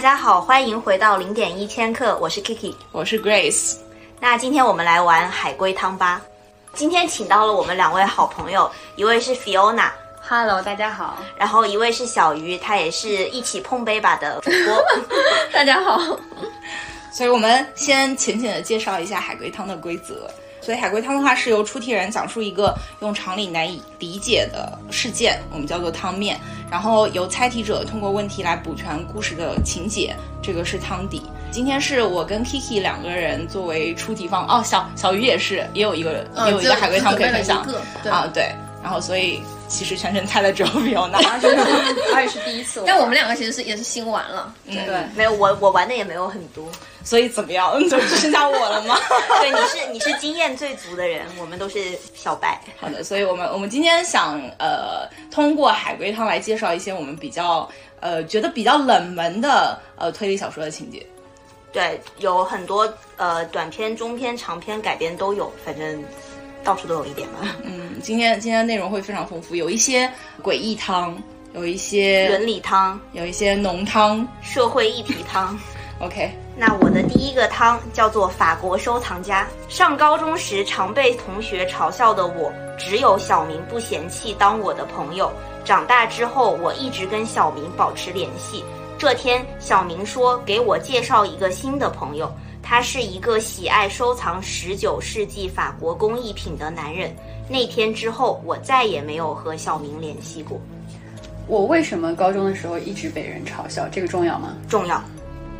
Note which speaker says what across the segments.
Speaker 1: 家好，欢迎回到零点一千克，我是 Kiki。
Speaker 2: 我是 Grace，
Speaker 1: 那今天我们来玩海龟汤吧。今天请到了我们两位好朋友，一位是 Fiona，
Speaker 3: Hello，大 家好，
Speaker 1: 然后一位是小鱼，他也是一起碰杯吧的主播。
Speaker 3: 大家好。
Speaker 2: 所以我们先浅浅的介绍一下海龟汤的规则。所以海龟汤的话是由出题人讲述一个用常理难以理解的事件，我们叫做汤面，然后由猜题者通过问题来补全故事的情节，这个是汤底。今天是我跟 Kiki 两个人作为出题方，哦，小小鱼也是，也有一个、也有一哦个海龟汤可以分享啊，对，然后所以其实全程猜的只有 Fiona，
Speaker 3: 我也是第一次 玩，
Speaker 4: 但我们两个其实是也是新玩了，对
Speaker 2: 对，
Speaker 1: 没有，我我玩的也没有很多。
Speaker 2: 所以怎么样？ 就只剩下我了吗？
Speaker 1: 对，你是你是经验最足的人，我们都是小白。
Speaker 2: 好的，所以我们我们今天想呃，通过海龟汤来介绍一些我们比较呃觉得比较冷门的呃推理小说的情节。
Speaker 1: 对，有很多呃短篇、中篇、长篇改编都有，反正到处都有一点吧。
Speaker 2: 嗯，今天今天内容会非常丰富，有一些诡异汤，有一些
Speaker 1: 伦理汤、
Speaker 2: 有一些浓汤。
Speaker 1: 社会议题汤。
Speaker 2: OK，
Speaker 1: 那我的第一个汤叫做法国收藏家。上高中时常被同学嘲笑的我，只有小明不嫌弃当我的朋友。长大之后，我一直跟小明保持联系。这天，小明说给我介绍一个新的朋友，他是一个喜爱收藏十九世纪法国工艺品的男人。那天之后，我再也没有和小明联系过。
Speaker 3: 我为什么高中的时候一直被人嘲笑？这个重要吗？
Speaker 1: 重要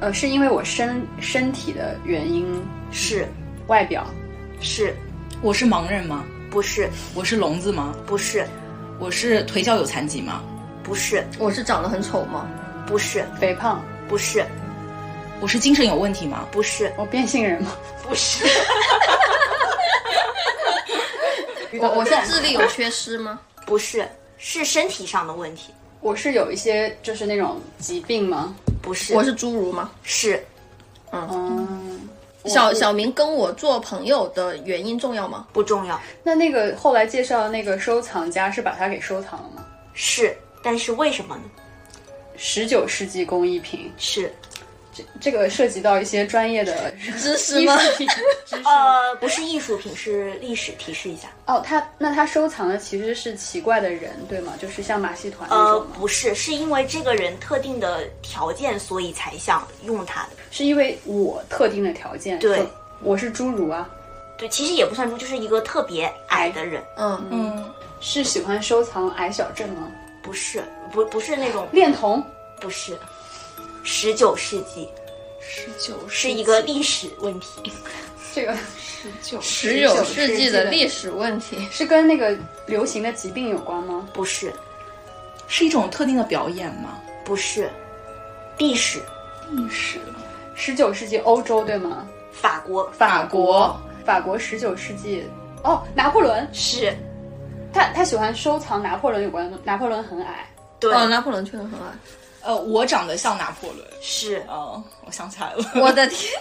Speaker 3: 呃，是因为我身身体的原因，
Speaker 1: 是
Speaker 3: 外表，
Speaker 1: 是
Speaker 2: 我是盲人吗？
Speaker 1: 不是
Speaker 2: 我是聋子吗？
Speaker 1: 不是
Speaker 2: 我是腿脚有残疾吗？
Speaker 1: 不是
Speaker 4: 我是长得很丑吗？
Speaker 1: 不是
Speaker 3: 肥胖，
Speaker 1: 不是
Speaker 2: 我是精神有问题吗？
Speaker 1: 不是
Speaker 3: 我变性人吗？
Speaker 1: 不是
Speaker 4: 我我是智力有缺失吗？
Speaker 1: 不是是身体上的问题，
Speaker 3: 我是有一些就是那种疾病吗？
Speaker 1: 不是
Speaker 4: 我是侏儒吗？
Speaker 1: 是
Speaker 3: 嗯，
Speaker 4: 小小明跟我做朋友的原因重要吗？
Speaker 1: 不重要
Speaker 3: 那那个后来介绍的那个收藏家是把它给收藏了吗？
Speaker 1: 是，但是为什么呢？
Speaker 3: 十九世纪工艺品，
Speaker 1: 是
Speaker 3: 这个涉及到一些专业的 知
Speaker 4: 识吗
Speaker 3: 知识 吗
Speaker 1: 呃不是艺术品是历史，提示一下，
Speaker 3: 哦，他那他收藏的其实是奇怪的人，对吗？就是像马戏团那
Speaker 1: 呃
Speaker 3: 种吗？
Speaker 1: 不是是因为这个人特定的条件，所以才想用它的。
Speaker 3: 是因为我特定的条件，
Speaker 1: 对
Speaker 3: 就，我是侏儒啊，
Speaker 1: 对，其实也不算猪，就是一个特别矮的人，
Speaker 4: 嗯，
Speaker 2: 嗯，
Speaker 3: 是喜欢收藏矮小镇吗？
Speaker 1: 不是不不是那种
Speaker 3: 恋童，
Speaker 1: 不是。十九世纪
Speaker 2: 十九
Speaker 1: 是一个历史问题，
Speaker 3: 这个
Speaker 2: 十九
Speaker 4: 十九世纪的历史问题，
Speaker 3: 是跟那个流行的疾病有关吗？
Speaker 1: 不是
Speaker 2: 是一种特定的表演吗？
Speaker 1: 不是历史
Speaker 2: 历史
Speaker 3: 十九世纪欧洲对吗？
Speaker 1: 法国
Speaker 2: 法国
Speaker 3: 法国十九世纪哦，拿破仑，
Speaker 1: 是
Speaker 3: 他他喜欢收藏拿破仑有关的，拿破仑很矮，
Speaker 1: 对、
Speaker 4: 哦，拿破仑确实很矮。
Speaker 2: 呃，我长得像拿破仑。
Speaker 1: 是
Speaker 2: 哦，我想起来了，
Speaker 4: 我的 天，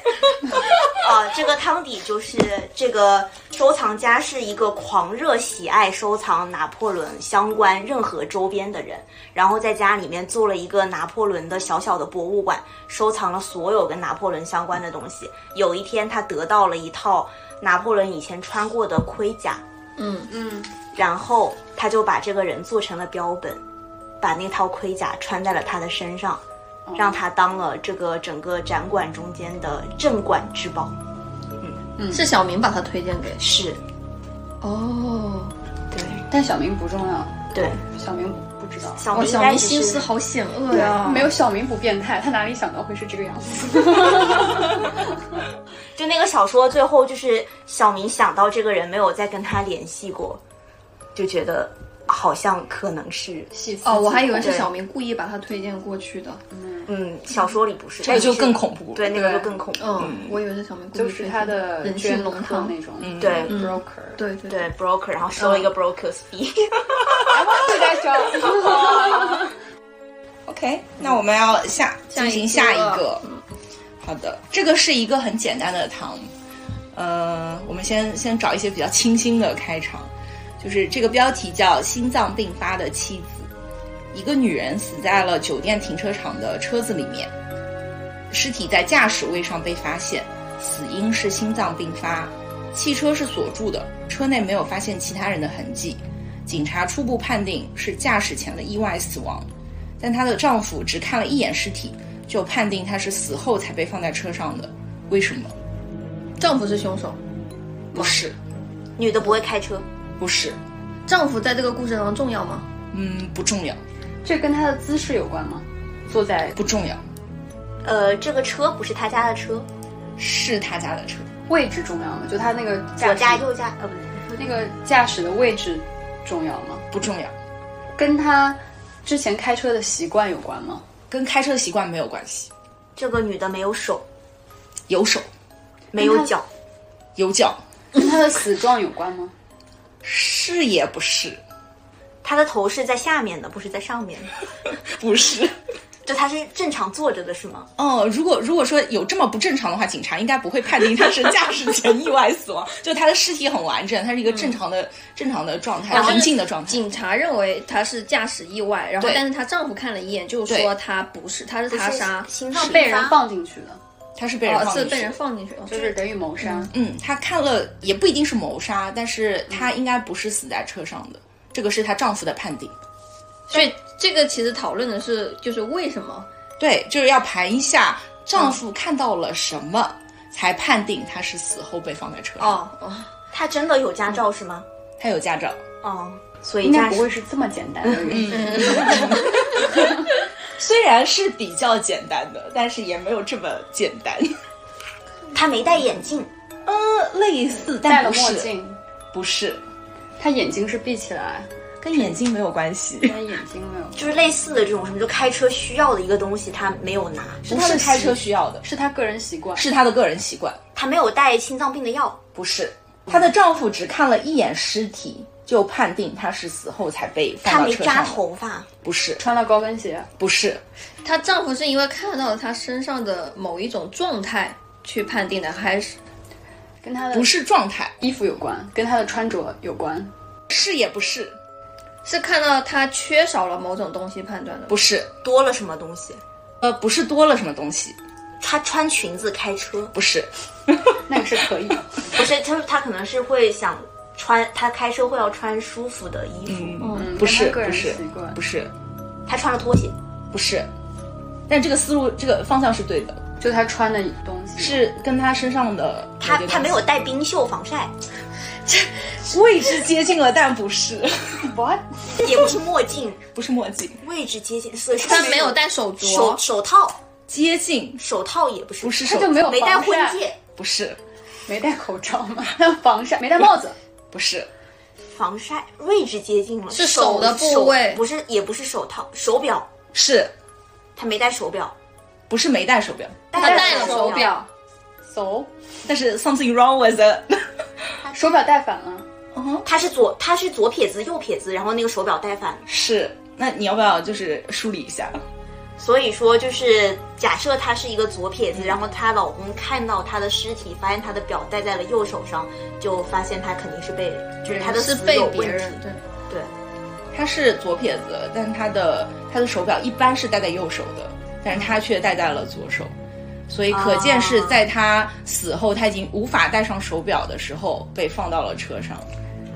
Speaker 1: 啊，这个汤底就是这个收藏家是一个狂热喜爱收藏拿破仑相关任何周边的人，然后在家里面做了一个拿破仑的小小的博物馆，收藏了所有跟拿破仑相关的东西。有一天，他得到了一套拿破仑以前穿过的盔甲，
Speaker 4: 嗯，
Speaker 3: 嗯，
Speaker 1: 然后他就把这个人做成了标本，把那套盔甲穿在了他的身上，让他当了这个整个展馆中间的镇馆之宝。
Speaker 4: 是小明把他推荐给。
Speaker 1: 是，
Speaker 4: 哦，
Speaker 1: 对
Speaker 3: 但小明不重要，
Speaker 1: 对，
Speaker 3: 小明不知道。
Speaker 1: 小
Speaker 4: 哇，
Speaker 1: 明
Speaker 4: 哦小
Speaker 1: 应该
Speaker 4: 明
Speaker 1: 只
Speaker 4: 心
Speaker 1: 是
Speaker 4: 思好险恶呀！
Speaker 3: 没有小明不变态，他哪里想到会是这个样子？
Speaker 1: 就那个小说最后就是小明想到这个人没有再跟他联系过，就觉得好像可能是，
Speaker 3: 细思
Speaker 4: 哦，我还以为
Speaker 3: 极
Speaker 4: 是
Speaker 3: 恐
Speaker 4: 小明故意把他推荐过去的。
Speaker 1: 嗯，小说里不是，
Speaker 2: 这个就更
Speaker 1: 怖，
Speaker 2: 恐怖了。
Speaker 1: 对，那个就
Speaker 3: 对
Speaker 1: 更恐怖，
Speaker 4: 嗯，我以为是小明故意推
Speaker 3: 就
Speaker 4: 荐
Speaker 3: 是他的
Speaker 4: 人
Speaker 3: 捐
Speaker 4: 性龙
Speaker 3: 客
Speaker 4: 堂
Speaker 3: 那种，嗯，
Speaker 1: 对。
Speaker 3: broker，
Speaker 4: 对对
Speaker 1: 对 broker，然后收了一个 broker's fee，、
Speaker 3: 对，在 招。
Speaker 2: OK，那我们要下
Speaker 4: 下
Speaker 2: 进
Speaker 4: 一
Speaker 2: 行下一
Speaker 4: 个嗯
Speaker 2: 个。好的，这个是一个很简单的汤。呃，我们先先找一些比较清新的开场，就是这个标题叫《心脏病发的妻子》，一个女人死在了酒店停车场的车子里面。尸体在驾驶位上被发现，死因是心脏病发，汽车是锁住的，车内没有发现其他人的痕迹。警察初步判定是驾驶前的意外死亡，但她的丈夫只看了一眼尸体，就判定她是死后才被放在车上的。为什么？
Speaker 4: 丈夫是凶手，
Speaker 2: 不是，
Speaker 1: 女的不会开车，
Speaker 2: 不是，
Speaker 4: 丈夫在这个故事当中重要吗？
Speaker 2: 嗯，不重要，
Speaker 3: 这跟他的姿势有关吗？坐在
Speaker 2: 不重要，
Speaker 1: 呃，这个车不是他家的车，
Speaker 2: 是他家的车，
Speaker 3: 位置重要吗？就他那个
Speaker 1: 左
Speaker 3: 驾
Speaker 1: 驾
Speaker 3: 驶
Speaker 1: 右驾，呃，不对，
Speaker 3: 那个驾驶的位置重要吗？
Speaker 2: 不重要，
Speaker 3: 跟他之前开车的习惯有关 吗？
Speaker 2: 跟开车的习惯没有关系。
Speaker 1: 这个女的没有手，
Speaker 2: 有手，
Speaker 1: 没有脚，
Speaker 2: 有脚，
Speaker 3: 跟他的死状有关 吗？
Speaker 2: 是也不是，
Speaker 1: 她的头是在下面的，不是在上面的。
Speaker 2: 不是。
Speaker 1: 就她是正常坐着的，是吗？
Speaker 2: 哦，如果如果说有这么不正常的话，警察应该不会判定他是驾驶前意外死亡，就他的尸体很完整，他是一个正常的、正常的状态，
Speaker 4: 嗯然后
Speaker 2: 平静的状态。
Speaker 4: 警察认为她是驾驶意外，然后
Speaker 2: 对
Speaker 4: 但是她丈夫看了一眼就
Speaker 2: 对
Speaker 4: 说她不是，她是他
Speaker 1: 是
Speaker 4: 杀，
Speaker 1: 心脏
Speaker 3: 被
Speaker 1: 病
Speaker 3: 人
Speaker 1: 发，
Speaker 3: 放进去的，
Speaker 2: 他是被人
Speaker 4: 哦，
Speaker 2: 放进
Speaker 4: 是
Speaker 2: 去
Speaker 4: 被人放进去，哦
Speaker 3: 就是等于谋杀。
Speaker 2: 嗯，他看了也不一定是谋杀，但是他应该不是死在车上的，这个是她丈夫的判定。
Speaker 4: 所以这个其实讨论的是就是为什么
Speaker 2: 对，就是要盘一下丈夫看到了什么，才判定他是死后被放在车上。
Speaker 4: 哦哦，
Speaker 1: 她真的有驾照是吗？
Speaker 2: 他有驾照，
Speaker 1: 哦，所以
Speaker 3: 应该
Speaker 1: 驾
Speaker 3: 不
Speaker 1: 驶
Speaker 3: 会是这么简 单的原
Speaker 2: 嗯
Speaker 3: 因。
Speaker 1: 嗯
Speaker 2: 虽然是比较简单的，但是也没有这么简单。
Speaker 1: 她没戴眼镜，
Speaker 2: 类似，
Speaker 3: 戴
Speaker 2: 但
Speaker 3: 了
Speaker 2: 不
Speaker 3: 墨
Speaker 2: 是，
Speaker 3: 镜，
Speaker 2: 不是，嗯
Speaker 3: 他眼睛是闭 起来，
Speaker 2: 跟眼睛没有关 系。
Speaker 3: 但眼睛没有。
Speaker 1: 就是类似的这种什么，就开车需要的一个东西，她没有拿，
Speaker 2: 不是开车需要的，
Speaker 3: 是他个人习惯，
Speaker 2: 是她的个人习惯，
Speaker 1: 她没有带心脏病的药。
Speaker 2: 不是。她的丈夫只看了一眼尸体，就判定她是死后才被放
Speaker 1: 她
Speaker 2: 到
Speaker 1: 没
Speaker 2: 车
Speaker 1: 扎
Speaker 2: 上的。
Speaker 1: 头发，
Speaker 2: 不是，
Speaker 3: 穿了高跟鞋，
Speaker 2: 不是，
Speaker 4: 她丈夫是因为看到了她身上的某一种状态去判定的，还是
Speaker 3: 跟他的
Speaker 2: 不是状态，
Speaker 3: 衣服有关，跟他的穿着有关，
Speaker 2: 是也不是，
Speaker 4: 是看到她缺少了某种东西判断的？
Speaker 2: 不是，
Speaker 1: 多了什么东西？
Speaker 2: 呃，不是多了什么东西，
Speaker 1: 她穿裙子开车，
Speaker 2: 不是，
Speaker 3: 那个是 可以的。
Speaker 1: 不是，她她可能是会想穿，她开车会要穿舒服的衣服，
Speaker 2: 嗯
Speaker 3: 嗯
Speaker 2: 不是，
Speaker 3: 跟他
Speaker 2: 不
Speaker 3: 个人
Speaker 2: 是
Speaker 3: 习，惯
Speaker 2: 不是，
Speaker 1: 她穿了拖鞋，
Speaker 2: 不是。但这个思路，这个方向是对的，
Speaker 3: 就他穿的东西，
Speaker 2: 是跟她身上的
Speaker 1: 她
Speaker 2: 有些
Speaker 1: 她
Speaker 2: 关
Speaker 1: 没
Speaker 2: 系
Speaker 1: 有带冰袖防晒，
Speaker 2: 位置接近了，但不是，
Speaker 3: what？
Speaker 1: 也不是墨镜，
Speaker 2: 不是墨镜，
Speaker 1: 位置接近，所以
Speaker 4: 她没有戴手
Speaker 1: 手
Speaker 4: 镯，
Speaker 1: 手套，
Speaker 2: 接近
Speaker 1: 手套也不是，
Speaker 2: 不是手
Speaker 3: 他就没有
Speaker 1: 没戴
Speaker 3: 防
Speaker 1: 婚
Speaker 3: 晒，
Speaker 1: 戒，
Speaker 2: 不是，
Speaker 3: 没戴口罩嘛， 防晒，没戴帽子，
Speaker 2: 不是，
Speaker 1: 防晒位置接近了，
Speaker 4: 是手的部
Speaker 1: 手
Speaker 4: 位
Speaker 1: 不是也不是手套，手表，
Speaker 2: 是
Speaker 1: 她没戴手表，
Speaker 2: 不是没戴手表？
Speaker 1: 她
Speaker 4: 她戴了
Speaker 1: 手
Speaker 4: 手
Speaker 1: 表，
Speaker 4: 表，
Speaker 3: 走，
Speaker 2: 但是 something wrong with it。
Speaker 3: 手表戴反了，
Speaker 1: 她是左她是左撇子右撇子，然后那个手表戴反了。
Speaker 2: 是，那你要不要就是梳理一下？
Speaker 1: 所以说，就是假设她是一个左撇子，然后她老公看到她的尸体，发现她的表戴在了右手上，就发现她肯定是被，就是她的
Speaker 4: 是
Speaker 1: 死
Speaker 4: 被
Speaker 1: 有
Speaker 4: 别
Speaker 1: 问
Speaker 4: 人
Speaker 1: 题。
Speaker 4: 对。
Speaker 1: 对，
Speaker 2: 他是左撇子，但他的他的手表一般是戴在右手的，但是他却戴在了左手，所以可见是在他死后，他已经无法戴上手表的时候被放到了车上。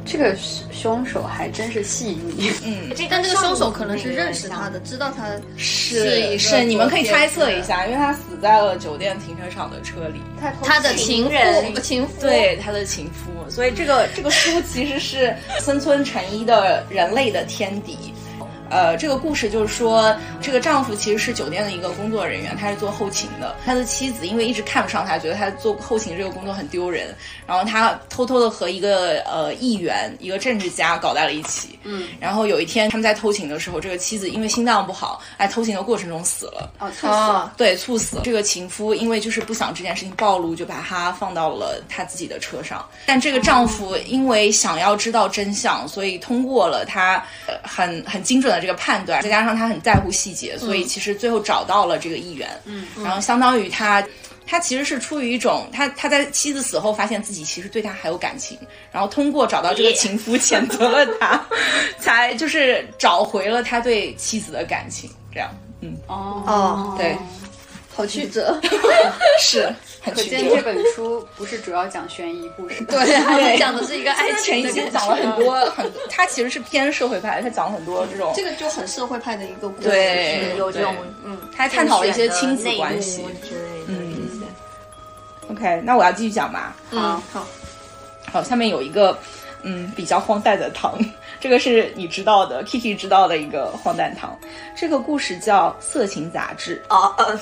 Speaker 3: 这个凶手还真是细 腻，
Speaker 1: 这
Speaker 4: 但这个凶手可能是认识她的，知道她是一
Speaker 2: 是
Speaker 4: 个
Speaker 2: 是，你们可以
Speaker 4: 左撇
Speaker 2: 猜
Speaker 4: 子
Speaker 2: 测一下，因为他死在了酒店停车场的车里。
Speaker 3: 太偷
Speaker 4: 她的
Speaker 3: 情
Speaker 4: 情
Speaker 1: 人
Speaker 4: 妇情夫，
Speaker 2: 对他的情夫，所以这 个这个书其实是森村诚一的《人类的天敌》。呃，这个故事就是说，这个丈夫其实是酒店的一个工作人员，他是做后勤的。他的妻子因为一直看不上他，觉得他做后勤这个工作很丢人，然后他偷偷的和一个呃议员、一个政治家搞在了一起。嗯，然后有一天他们在偷情的时候，这个妻子因为心脏不好，在偷情的过程中死了。
Speaker 3: 哦，猝死了，
Speaker 4: 啊，
Speaker 2: 对，猝死。这个情夫因为就是不想这件事情暴露，就把她放到了他自己的车上。但这个丈夫因为想要知道真相，所以通过了他呃很很精准的这个判断，再加上他很在乎细节，所以其实最后找到了这个议员。嗯，然后相当于他。他其实是出于一种他他在妻子死后发现自己其实对他还有感情，然后通过找到这个情夫谴责了他， 才就是找回了他对妻子的感情，这样。嗯，
Speaker 3: 哦
Speaker 4: 哦
Speaker 2: 对
Speaker 4: 好 曲折。
Speaker 2: 是很
Speaker 3: 可
Speaker 2: 曲
Speaker 3: 见这
Speaker 2: 折。
Speaker 3: 本书不是主要讲悬疑故 事 的。
Speaker 4: 对，它讲的是一个爱情
Speaker 2: 陈
Speaker 4: 的
Speaker 2: 已经
Speaker 4: 故
Speaker 2: 讲
Speaker 4: 事
Speaker 2: 了很多很多，他其实是偏社会派的，他讲了很多这种，
Speaker 4: 这个就很社会派的一个故事，
Speaker 2: 对
Speaker 1: 有这种
Speaker 2: 对
Speaker 1: 嗯，
Speaker 2: 他探讨了一些亲子关系
Speaker 1: 竞选的内幕之类的这些。
Speaker 2: OK，那我要继续讲吧。
Speaker 4: 嗯，好，
Speaker 2: 好，下面有一个嗯比较荒诞的糖，这个是你知道的，Kiki 知道的一个荒诞糖。这个故事叫《色情杂志》，
Speaker 1: 哦，呃，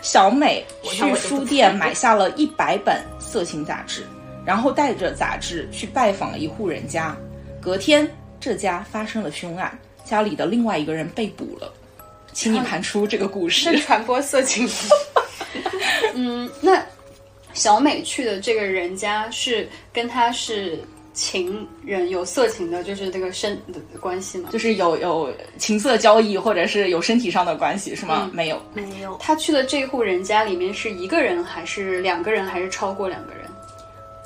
Speaker 2: 小美
Speaker 1: 我
Speaker 2: 去书店买下了一百本色情杂志，然后带着杂志去拜访了一户人家。隔天，这家发生了凶案，家里的另外一个人被捕了。请你盘出这个故
Speaker 3: 是
Speaker 2: 事。
Speaker 3: 传播色 情。嗯，那小美去的这个人家是跟她是情人，有色情的，就是这个身的关系吗？
Speaker 2: 就是有有情色交易，或者是有身体上的关系，是吗？
Speaker 3: 嗯
Speaker 2: 没有，
Speaker 1: 没有，，
Speaker 3: 她去的这户人家里面是一个人，还是两个人，还是超过两个人？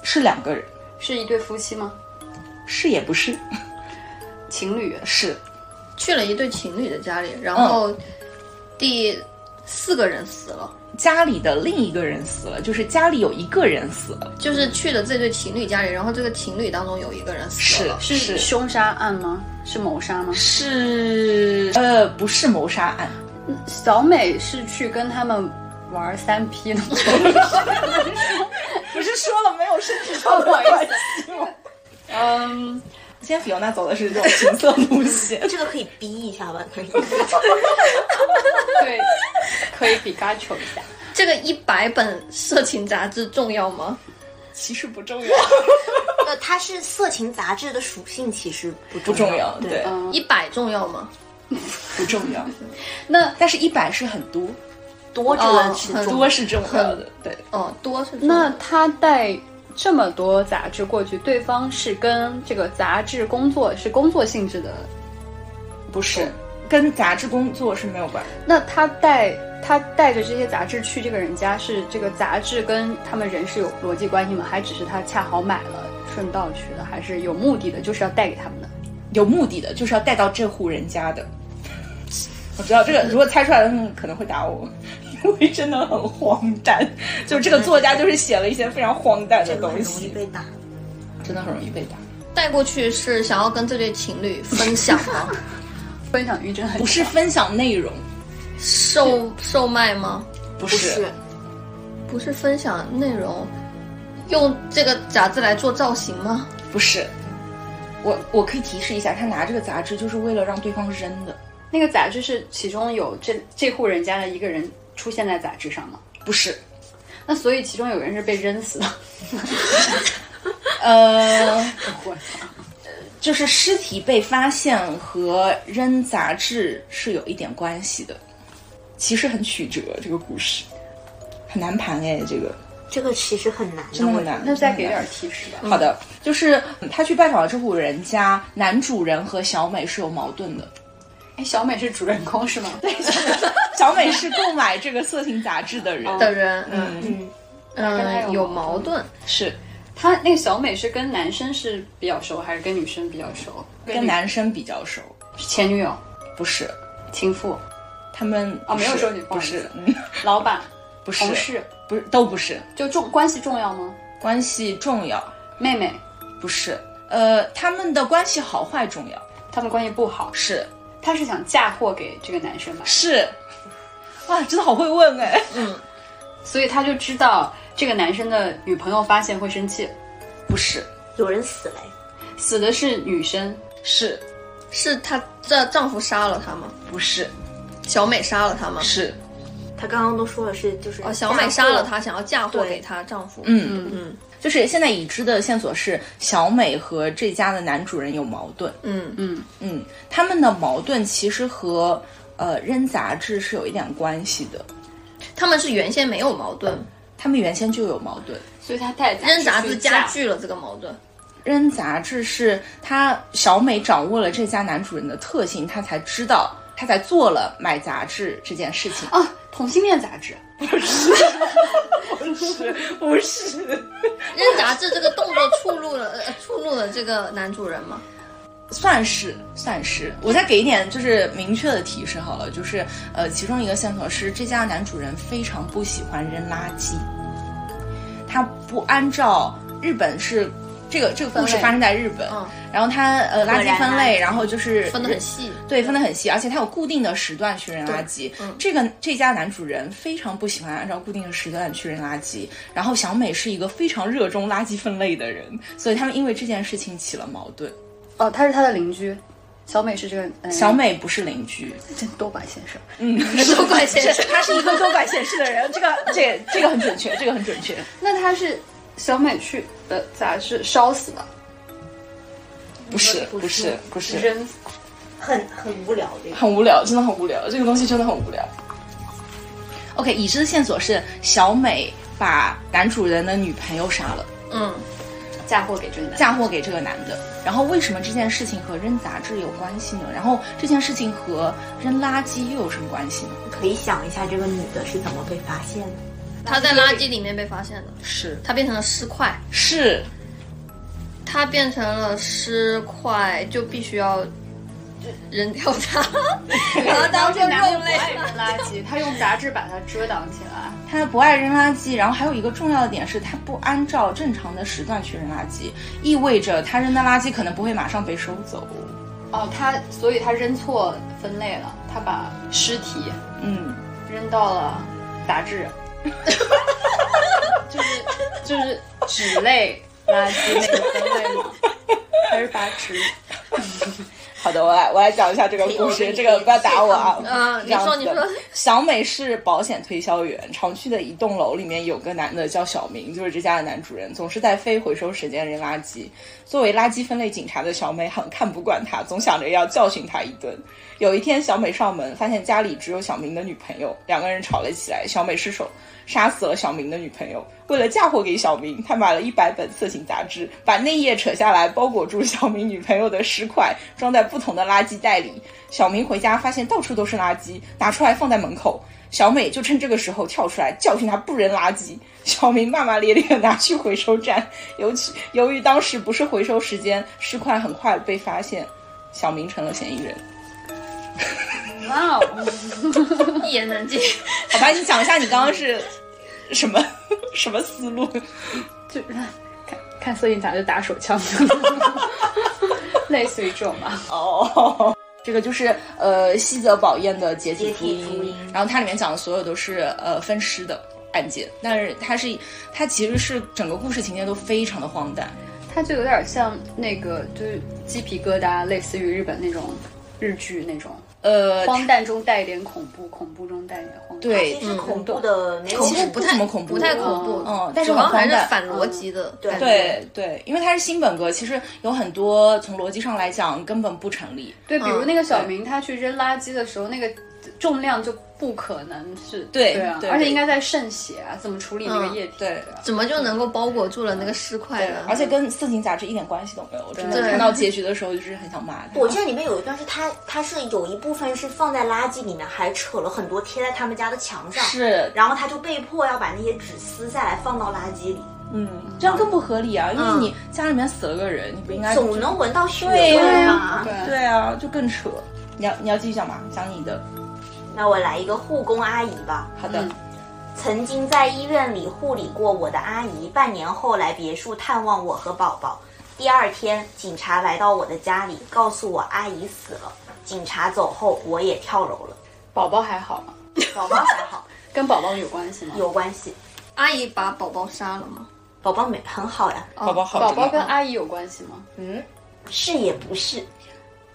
Speaker 2: 是两个人，
Speaker 3: 是一对夫妻吗？
Speaker 2: 是也不是，
Speaker 3: 情侣？
Speaker 2: 是
Speaker 4: 去了一对情侣的家里，然后第四个人死了，
Speaker 2: 家里的另一个人死了，就是家里有一个人死了，
Speaker 4: 就是去了这对情侣家里，然后这个情侣当中有一个人死了，
Speaker 2: 是
Speaker 3: 凶杀案吗？是谋杀吗？
Speaker 2: 是呃不是谋杀案，
Speaker 3: 小美是去跟他们玩三 P 的吗？
Speaker 2: 不是说了没有身体上的关系吗？
Speaker 3: 嗯，
Speaker 2: 今天菲欧娜走的是这种情色路线
Speaker 1: 这个可以逼一下吧？可以。
Speaker 3: 对，可以比嘎球一下。
Speaker 4: 这个一百本色情杂志重要吗？
Speaker 2: 其实不重要，
Speaker 1: 呃，它是色情杂志的属性其实不
Speaker 2: 不重要，
Speaker 1: 对。
Speaker 2: 对，
Speaker 3: 嗯，
Speaker 4: 一百重要吗？
Speaker 2: 不重要。
Speaker 3: 那
Speaker 2: 但是一百是很多，
Speaker 1: 多这个是
Speaker 4: 哦很
Speaker 1: 重
Speaker 2: 多是重要的，对，
Speaker 4: 哦，多是重要
Speaker 3: 那他带这么多杂志过去，对方是跟这个杂志工作是工作性质的，
Speaker 2: 不是跟杂志工作是没有关系。
Speaker 3: 那他带他带着这些杂志去这个人家，是这个杂志跟他们人是有逻辑关系吗？还只是他恰好买了顺道去的，还是有目的的，就是要带给他们的？
Speaker 2: 有目的的，就是要带到这户人家的。 我知道这个，如果猜出来的嗯可能会打我，因为真的很荒 诞。就是这个作家就是写了一些非常荒诞的
Speaker 1: 这个很
Speaker 2: 东
Speaker 1: 容易
Speaker 2: 西，
Speaker 1: 被打。
Speaker 2: 真的很容易被打。
Speaker 4: 带过去是想要跟这对情侣分享 吗？
Speaker 3: 分享欲真的很
Speaker 2: 不是分享内容，
Speaker 4: 售售卖吗？
Speaker 2: 不
Speaker 1: 不
Speaker 2: 是
Speaker 1: 是，
Speaker 4: 不是分享内容，用这个杂志来做造型吗？
Speaker 2: 不是我我可以提示一下，他拿这个杂志就是为了让对方扔的，
Speaker 3: 那个杂志是其中有这这户人家的一个人出现在杂志上吗？
Speaker 2: 不是。
Speaker 3: 那所以其中有人是被扔死的，
Speaker 2: 呃，
Speaker 3: 我操！
Speaker 2: 就是尸体被发现和扔杂志是有一点关系的，其实很曲折，这个故事很难盘哎，这个。
Speaker 1: 这个其实很难的。
Speaker 2: 真的
Speaker 1: 我
Speaker 2: 很难。
Speaker 3: 嗯那再给
Speaker 2: 真的
Speaker 3: 点
Speaker 2: 很
Speaker 3: 儿提示吧。
Speaker 2: 难。好的，就是嗯他去拜访了这户人家，男主人和小美是有矛盾的。
Speaker 3: 哎，小美是主人公是吗？ 对，
Speaker 2: 小美是购买这个色情杂志的
Speaker 3: 哦
Speaker 2: 人，
Speaker 4: 的人，嗯
Speaker 2: 嗯，
Speaker 3: 跟他有
Speaker 4: 嗯，有矛
Speaker 3: 矛
Speaker 4: 盾，
Speaker 2: 是
Speaker 3: 她那个小美是跟男生是比较熟，还是跟女生比较熟？
Speaker 2: 跟
Speaker 3: 女
Speaker 2: 男生比较熟，
Speaker 3: 前女友、
Speaker 2: 不是
Speaker 3: 情妇、
Speaker 2: 他们
Speaker 3: 哦没有
Speaker 2: 不是
Speaker 3: 说你不好
Speaker 2: 不
Speaker 3: 意思
Speaker 2: 是，嗯，
Speaker 3: 老板、
Speaker 2: 哦不是
Speaker 3: 同，事，
Speaker 2: 不是都不是，
Speaker 3: 就重关系重要吗？
Speaker 2: 关系重要，
Speaker 3: 妹妹，
Speaker 2: 不是，呃，他们的关系好坏重要，
Speaker 3: 他们关系不好，
Speaker 2: 是
Speaker 3: 她是想嫁祸给这个男生吧？
Speaker 2: 是，哇，真的好会问哎，
Speaker 3: 所以她就知道这个男生的女朋友发现会生气，
Speaker 2: 不是
Speaker 1: 有人死了，
Speaker 3: 死的是女生，
Speaker 2: 是
Speaker 4: 是她这丈夫杀了她吗？
Speaker 2: 不是
Speaker 4: 小美杀了她吗？
Speaker 2: 是，
Speaker 1: 他刚刚都说了是就是
Speaker 4: 哦，小美杀了
Speaker 1: 嫁祸，
Speaker 4: 她，想要嫁祸
Speaker 1: 对
Speaker 4: 给她丈夫。
Speaker 2: 嗯。
Speaker 4: 嗯
Speaker 2: 就是现在已知的线索是，小美和这家的男主人有矛盾。
Speaker 4: 嗯，
Speaker 3: 嗯，
Speaker 2: 嗯，他们的矛盾其实和呃扔杂志是有一点关系的。
Speaker 4: 他们是原先没有矛盾，
Speaker 2: 他们原先就有矛盾。
Speaker 3: 所以她带杂
Speaker 4: 扔杂
Speaker 3: 去
Speaker 4: 志
Speaker 3: 嫁
Speaker 4: 加剧了这个矛盾。
Speaker 2: 扔杂志是她小美掌握了这家男主人的特性，她才知道，她才做了买杂志这件事 情。
Speaker 3: 啊，同性恋杂志，
Speaker 2: 不是，不是，
Speaker 4: 扔杂志这个动作触怒了呃触怒了这个男主人吗？
Speaker 2: 算是算是，我再给一点就是明确的提示好了，就是呃，其中一个线索是这家男主人非常不喜欢扔垃圾，他不按照日本是这个这个故事
Speaker 3: 分类
Speaker 2: 发生在日本，
Speaker 4: 嗯
Speaker 2: 然后他呃垃
Speaker 1: 果然
Speaker 2: 圾分
Speaker 1: 啊
Speaker 2: 类，然后就是
Speaker 4: 分得很细。
Speaker 2: 对，分得很细，而且它有固定的时段去扔垃圾。这个这家男主人非常不喜欢按照固定的时段去扔垃圾，然后小美是一个非常热衷垃圾分类的人，所以他们因为这件事情起了矛盾。
Speaker 3: 哦，他是他的邻居，小美是这个、嗯、
Speaker 2: 小美不是邻居，嗯
Speaker 3: 真多管闲事。
Speaker 4: 收管先生，
Speaker 2: 她是一个多管闲事的人，这个这这个很准确，这个很准确。
Speaker 3: 那他是小美去呃咋是烧死的？
Speaker 2: 不是不是不是，
Speaker 3: 扔死？
Speaker 1: 很很无聊这个。
Speaker 2: 很无聊，真的很无聊，这个东西真的很无聊。OK，已知的线索是小美把男主人的女朋友杀了。
Speaker 4: 嗯，
Speaker 3: 嫁祸给这个男的？
Speaker 2: 嫁祸给这个男的。然后为什么这件事情和扔杂志有关系呢？然后这件事情和扔垃圾又有什么关系呢？
Speaker 1: 可以想一下这个女的是怎么被发现的？
Speaker 4: 他在垃圾里面被发现的，
Speaker 2: 是
Speaker 4: 他变成了尸块，
Speaker 2: 是，
Speaker 4: 他变成了尸块，就必须要扔掉它， 把它当
Speaker 3: 然后
Speaker 4: 做
Speaker 3: 这个男的
Speaker 4: 肉
Speaker 3: 不
Speaker 4: 类。
Speaker 3: 爱扔垃圾，他用杂志把它遮挡起来。
Speaker 2: 他不爱扔垃圾。然后还有一个重要的点是，他不按照正常的时段去扔垃圾，意味着他扔的垃圾可能不会马上被收走。
Speaker 3: 哦，他所以他扔错分类了，他把尸体
Speaker 2: 嗯，
Speaker 3: 扔到了杂志，就是就是纸类垃圾那个分类吗？还是把纸？
Speaker 2: 好的，我来我来讲一下这个故
Speaker 1: 可以
Speaker 2: 事，
Speaker 1: 我
Speaker 2: 这个不要打我啊。
Speaker 4: 嗯，你
Speaker 2: 这样
Speaker 4: 说
Speaker 2: 子
Speaker 4: 你
Speaker 2: 的
Speaker 4: 说，
Speaker 2: 小美是保险推销员，常去的一栋楼里面有个男的叫小明，就是这家的男主人，总是在非回收时间扔垃圾。作为垃圾分类警察的小美很看不惯他，总想着要教训他一顿。有一天，小美上门发现家里只有小明的女朋友，两个人吵了起来，小美失手杀死了小明的女朋友。为了嫁祸给小明，她买了一百本色情杂志，把内页扯下来，包裹住小明女朋友的尸块，装在不同的垃圾袋里。小明回家发现到处都是垃圾，拿出来放在门口。小美就趁这个时候跳出来教训他不扔垃圾。小明骂骂咧咧拿去回收站，由其由于当时不是回收时间，尸块很快被发现，小明成了嫌疑人。
Speaker 3: 哇哦！
Speaker 4: 一言难尽。
Speaker 2: 好吧，你讲一下你刚刚是什么什么思路？
Speaker 3: 就看看色情杂志打手枪， 类似于这种吧。
Speaker 2: 哦， 这个就是呃西泽保彦的《解体
Speaker 1: 解
Speaker 2: 福
Speaker 1: 体
Speaker 2: 音》
Speaker 1: 福音
Speaker 2: 然后它里面讲的所有都是呃分尸的案件，但是它是它其实是整个故事情节都非常的荒诞。
Speaker 3: 它就有点像那个，就是鸡皮疙瘩，类似于日本那种日剧那种，
Speaker 2: 呃，
Speaker 3: 荒诞中带一点恐怖，恐怖中带一点荒诞。
Speaker 2: 对
Speaker 1: 其实恐怖的那种
Speaker 2: 其，实不
Speaker 4: 太
Speaker 2: 怎么恐怖
Speaker 4: 不太恐怖，
Speaker 2: 嗯但是
Speaker 4: 主要
Speaker 2: 很荒
Speaker 4: 还是
Speaker 2: 诞
Speaker 4: 反逻辑的
Speaker 1: 对
Speaker 4: 感觉，
Speaker 2: 对对，因为它是新本格，其实有很多从逻辑上来讲根本不成立。
Speaker 3: 对，比如
Speaker 4: 嗯
Speaker 3: 那个小明他去扔垃圾的时候，那个重量就不可能是
Speaker 2: 对
Speaker 3: 啊，
Speaker 2: 对
Speaker 3: 而且应该在渗血啊，怎么处理那个
Speaker 4: 嗯
Speaker 3: 液体？
Speaker 2: 对
Speaker 3: 啊
Speaker 4: 怎么就能够包裹住了那个尸块
Speaker 2: 对
Speaker 4: 呢，？
Speaker 2: 而且跟色情杂志一点关系都没有。我真的
Speaker 4: 对
Speaker 2: 看到结局的时候，就是很想骂他。
Speaker 1: 我记得里面有一段是她，她是有一部分是放在垃圾里面，还扯了很多贴在他们家的墙上，
Speaker 2: 是，
Speaker 1: 然后她就被迫要把那些纸撕下来放到垃圾里，
Speaker 2: 嗯，这样更不合理啊，因为
Speaker 4: 嗯
Speaker 2: 你家里面死了个人，你不应该
Speaker 1: 总能闻到血
Speaker 2: 对
Speaker 1: 味
Speaker 2: 呀
Speaker 1: 嘛。
Speaker 3: 对
Speaker 2: 对啊，就更扯。你要你要继续讲吗？讲你的。
Speaker 1: 那我来一个护工阿姨吧。
Speaker 2: 好的，
Speaker 3: 嗯
Speaker 1: 曾经在医院里护理过我的阿姨，半年后来别墅探望我和宝宝。第二天，警察来到我的家里，告诉我阿姨死了。警察走后，我也跳楼 了。
Speaker 3: 宝宝还好吗？
Speaker 1: 宝宝还好，
Speaker 3: 跟宝宝有关系吗？，
Speaker 1: 有关系。
Speaker 4: 阿姨把宝宝杀了吗？
Speaker 1: 宝
Speaker 4: 哦
Speaker 1: 宝没很好呀，
Speaker 2: 宝宝好着
Speaker 3: 哦宝
Speaker 2: 呢。
Speaker 3: 宝跟阿姨有关系吗？
Speaker 1: 嗯，是也不是，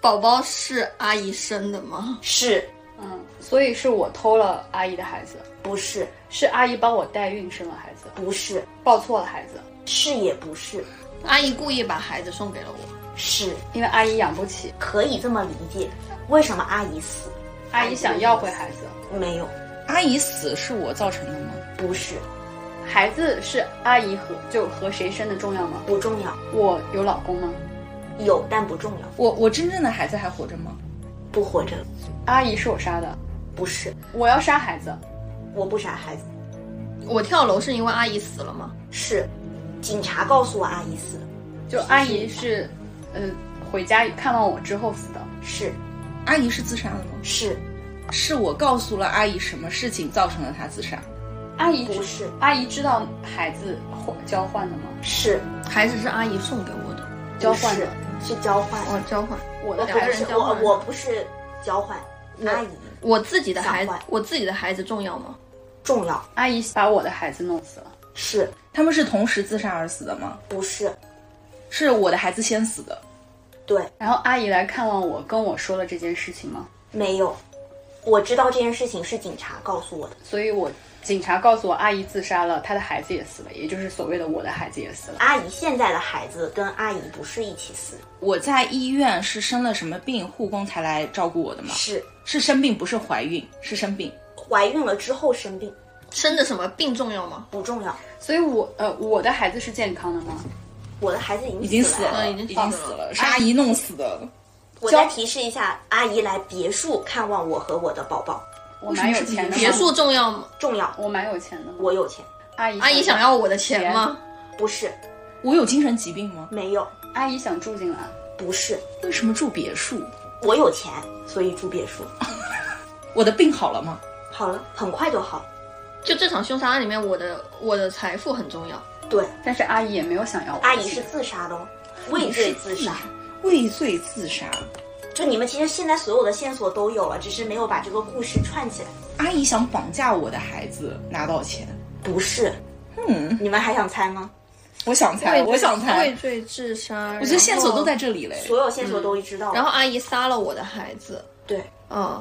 Speaker 4: 宝宝是阿姨生的吗？
Speaker 1: 是
Speaker 3: 嗯，所以是我偷了阿姨的孩子，
Speaker 1: 不是
Speaker 3: 是阿姨帮我代孕生了孩子，
Speaker 1: 不是
Speaker 3: 抱错了孩子，
Speaker 1: 是也不是，
Speaker 4: 阿姨故意把孩子送给了我，
Speaker 1: 是
Speaker 3: 因为阿姨养不起，
Speaker 1: 可以这么理解。为什么阿姨死？
Speaker 3: 阿姨想要回孩子，
Speaker 1: 没有，
Speaker 2: 阿姨死是我造成的吗？
Speaker 1: 不是
Speaker 3: 孩子是阿姨和就和谁生的重要吗？
Speaker 1: 不重要，
Speaker 3: 我有老公吗？
Speaker 1: 有但不重要，
Speaker 2: 我我真正的孩子还活着吗？
Speaker 1: 不活着了，
Speaker 3: 阿姨是我杀的，
Speaker 1: 不是，
Speaker 3: 我要杀孩子，
Speaker 1: 我不杀孩子。
Speaker 4: 我跳楼是因为阿姨死了吗？
Speaker 1: 是，警察告诉我阿姨死了，
Speaker 3: 就阿姨是，呃，回家看望我之后死的。
Speaker 1: 是
Speaker 2: 阿姨是自杀的吗？
Speaker 1: 是，
Speaker 2: 是我告诉了阿姨什么事情造成了她自杀？
Speaker 3: 阿姨
Speaker 1: 不
Speaker 3: 知
Speaker 1: 是
Speaker 3: 阿姨知道孩子换交换的吗？
Speaker 1: 是
Speaker 4: 孩子是阿姨送给我的，
Speaker 3: 交换
Speaker 1: 是
Speaker 3: 的，
Speaker 1: 是交换。
Speaker 4: 我交换
Speaker 3: 我
Speaker 1: 我
Speaker 3: 的
Speaker 1: 不
Speaker 3: 孩
Speaker 4: 两个
Speaker 1: 是
Speaker 4: 人
Speaker 3: 子
Speaker 4: 交
Speaker 1: 我
Speaker 4: 换
Speaker 1: 我不是交换，阿姨
Speaker 4: 我自己的孩子
Speaker 1: 想换，
Speaker 4: 我自己的孩子重要吗？
Speaker 1: 重要
Speaker 3: 阿姨把我的孩子弄死了。
Speaker 1: 是
Speaker 2: 他们是同时自杀而死的吗？
Speaker 1: 不是？
Speaker 2: 是我的孩子先死的，
Speaker 1: 对，
Speaker 3: 然后阿姨来看望我，跟我说了这件事情吗？
Speaker 1: 没有。我知道这件事情是警察告诉我的，
Speaker 3: 所以我警察告诉我，阿姨自杀了，她的孩子也死了，也就是所谓的我的孩子也死了。
Speaker 1: 阿姨现在的孩子跟阿姨不是一起死，
Speaker 2: 我在医院是生了什么病，护工才来照顾我的吗？
Speaker 1: 是
Speaker 2: 是生病，不是怀孕，是生病。
Speaker 1: 怀孕了之后生病，
Speaker 4: 生的什么病重要吗？
Speaker 1: 不重要。
Speaker 3: 所以我，呃，我的孩子是健康的吗？
Speaker 1: 我的孩子已经
Speaker 2: 已经
Speaker 1: 死
Speaker 2: 死
Speaker 1: 了。
Speaker 2: 了，
Speaker 4: 嗯已经死
Speaker 2: 经
Speaker 4: 了
Speaker 2: 死了，是阿姨弄死的。
Speaker 1: 我再提示一下，阿姨来别墅看望我和我的宝宝，
Speaker 3: 我蛮有
Speaker 2: 嗯
Speaker 3: 钱的吗，
Speaker 4: 别墅重要吗？
Speaker 1: 重要。
Speaker 3: 我蛮有钱的吗。
Speaker 1: 我有钱，
Speaker 3: 阿姨
Speaker 2: 嗯
Speaker 4: 阿姨想要我的钱
Speaker 3: 钱
Speaker 4: 吗？
Speaker 1: 不是
Speaker 2: 我有精神疾病吗？
Speaker 1: 没有，
Speaker 3: 阿姨想住进来，
Speaker 1: 不是
Speaker 2: 为什么住别墅？
Speaker 1: 我有钱，所以住别墅。
Speaker 2: 我的病好了吗？
Speaker 1: 好了，很快就好了。
Speaker 4: 就这场凶杀案里面，我的我的财富很重要。
Speaker 1: 对，
Speaker 3: 但是阿姨也没有想要我的
Speaker 1: 阿
Speaker 3: 钱。
Speaker 1: 姨是自杀的哦，畏罪自杀。，
Speaker 2: 畏罪自杀。
Speaker 1: 就你们其实现在所有的线索都有了，只是没有把这个故事串起来。
Speaker 2: 阿姨想绑架我的孩子拿到钱，
Speaker 1: 不是，
Speaker 2: 嗯，
Speaker 1: 你们还想猜吗？
Speaker 2: 我想猜，我想
Speaker 4: 畏
Speaker 2: 猜，
Speaker 4: 罪自杀。
Speaker 2: 我觉得线索都在
Speaker 4: 然
Speaker 2: 这里嘞。
Speaker 1: 所有线索都知道
Speaker 4: 后。
Speaker 1: 了。
Speaker 4: 然后阿姨杀了我的孩子。
Speaker 1: 对，
Speaker 4: 嗯，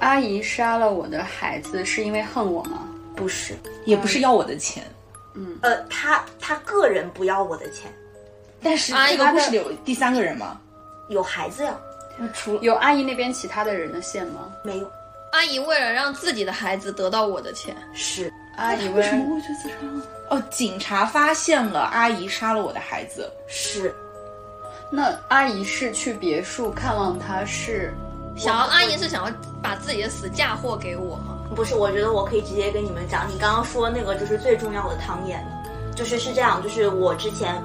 Speaker 3: 阿姨杀了我的孩子，是因为恨我吗？
Speaker 1: 不是，
Speaker 2: 也不是要我的钱，
Speaker 1: 呃，他他个人不要我的钱，
Speaker 2: 但是
Speaker 4: 阿姨
Speaker 2: 这个故事里有第三个人吗？
Speaker 1: 有孩子呀？
Speaker 2: 除了
Speaker 3: 有阿姨那边其他的人的线吗？
Speaker 1: 没有，
Speaker 4: 阿姨为了让自己的孩子得到我的钱，
Speaker 1: 是
Speaker 3: 阿姨
Speaker 2: 为
Speaker 3: 为
Speaker 2: 什么会去自杀呢？哦，警察发现了阿姨杀了我的孩子，
Speaker 1: 是，
Speaker 3: 那阿姨是去别墅看望他是，
Speaker 4: 想要阿姨是想要把自己的死嫁祸给我吗？
Speaker 1: 不是，我觉得我可以直接跟你们讲，你刚刚说那个就是最重要的汤眼的，就是是这样，就是我之前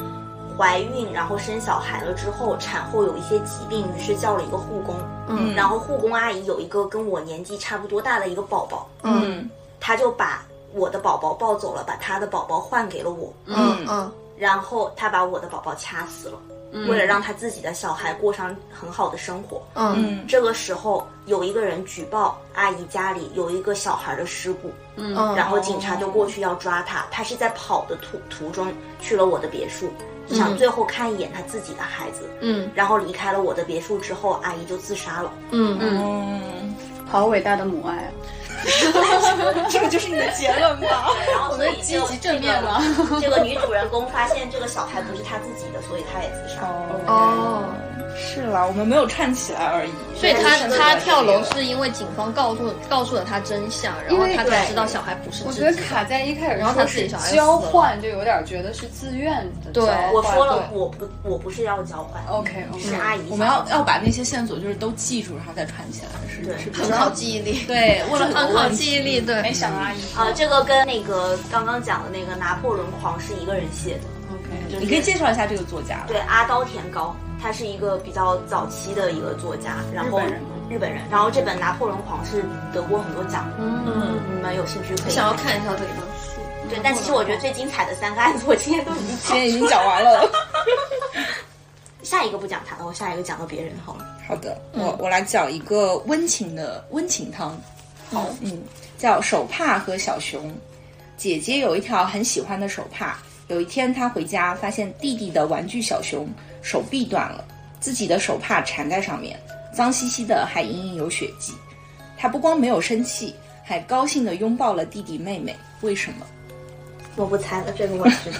Speaker 1: 怀孕，然后生小孩了之后，产后有一些疾病，于是叫了一个护工，
Speaker 4: 嗯
Speaker 1: 然后护工阿姨有一个跟我年纪差不多大的一个宝宝，
Speaker 2: 嗯
Speaker 1: 她就把我的宝宝抱走了，把她的宝宝换给了我，
Speaker 4: 嗯
Speaker 2: 嗯
Speaker 4: 嗯，
Speaker 1: 然后她把我的宝宝掐死了，为了让她自己的小孩过上很好的生活，
Speaker 4: 嗯
Speaker 2: 嗯，
Speaker 1: 这个时候有一个人举报阿姨家里有一个小孩的尸骨，
Speaker 4: 嗯，
Speaker 1: 然后警察就过去要抓他，他是在跑的途途中去了我的别墅，想最后看一眼他自己的孩子，
Speaker 4: 嗯
Speaker 1: 然后离开了我的别墅之后，阿姨就自杀了。
Speaker 4: 嗯嗯，
Speaker 2: 嗯，
Speaker 3: 好伟大的母爱啊！
Speaker 2: 这个就是你的结论吧？
Speaker 1: 然后所以
Speaker 3: 们积
Speaker 1: 这个
Speaker 3: 极正面了
Speaker 1: 这个女主人公发现这个小孩不是她自己的，所以她也自杀了。
Speaker 4: 哦，
Speaker 2: 是啦，我们没有串起来而已。
Speaker 4: 所以他
Speaker 2: 是的
Speaker 4: 他跳楼是因为警方告诉告诉了他真相，然后他才知道小孩不是
Speaker 3: 我
Speaker 4: 自
Speaker 3: 觉
Speaker 4: 己的
Speaker 3: 得。卡在一开始
Speaker 4: 然后他
Speaker 3: 说
Speaker 4: 自己
Speaker 3: 是
Speaker 4: 小孩死了
Speaker 3: 交换，就有点觉得是自愿的
Speaker 4: 对
Speaker 3: 交换。
Speaker 1: 我说了，我不我不是要交换，
Speaker 3: OK
Speaker 1: 是
Speaker 3: OK，
Speaker 1: 阿姨想。
Speaker 2: 嗯我们要要把那些线索就是都记住，然后再串起来，是
Speaker 1: 对
Speaker 2: 是比
Speaker 4: 很
Speaker 2: 较
Speaker 4: 考记忆力，哎
Speaker 2: 对，为了
Speaker 4: 很考记忆力，对
Speaker 3: 没，想到阿姨
Speaker 1: 啊，这个跟那个刚刚讲的那个《拿破仑狂》是一个人写的，
Speaker 3: OK，
Speaker 2: 你可以介绍一下这个作家。
Speaker 1: 对，阿刀田高，他是一个比较早期的一个作家，然后
Speaker 3: 日本人吗
Speaker 1: 日本人然后这本《拿破仑狂》是得过很多奖的，嗯，你们有兴趣可以
Speaker 4: 想要看一下这本书。
Speaker 1: 对，但其实我觉得最精彩的三个案子，我今天都已经
Speaker 2: 今
Speaker 1: 讲
Speaker 2: 天已经讲完了。
Speaker 1: 下一个不讲他了，我下一个讲到别人好了。
Speaker 2: 好的，
Speaker 1: 嗯
Speaker 2: 我我来讲一个温情的温情汤。好，嗯，叫手帕和小熊。姐姐有一条很喜欢的手帕，有一天她回家发现弟弟的玩具小熊手臂断了，自己的手帕缠在上面，脏兮兮的，还隐隐有血迹。她不光没有生气，还高兴地拥抱了弟弟妹妹。为什么？
Speaker 1: 我不猜了，这个我知 道。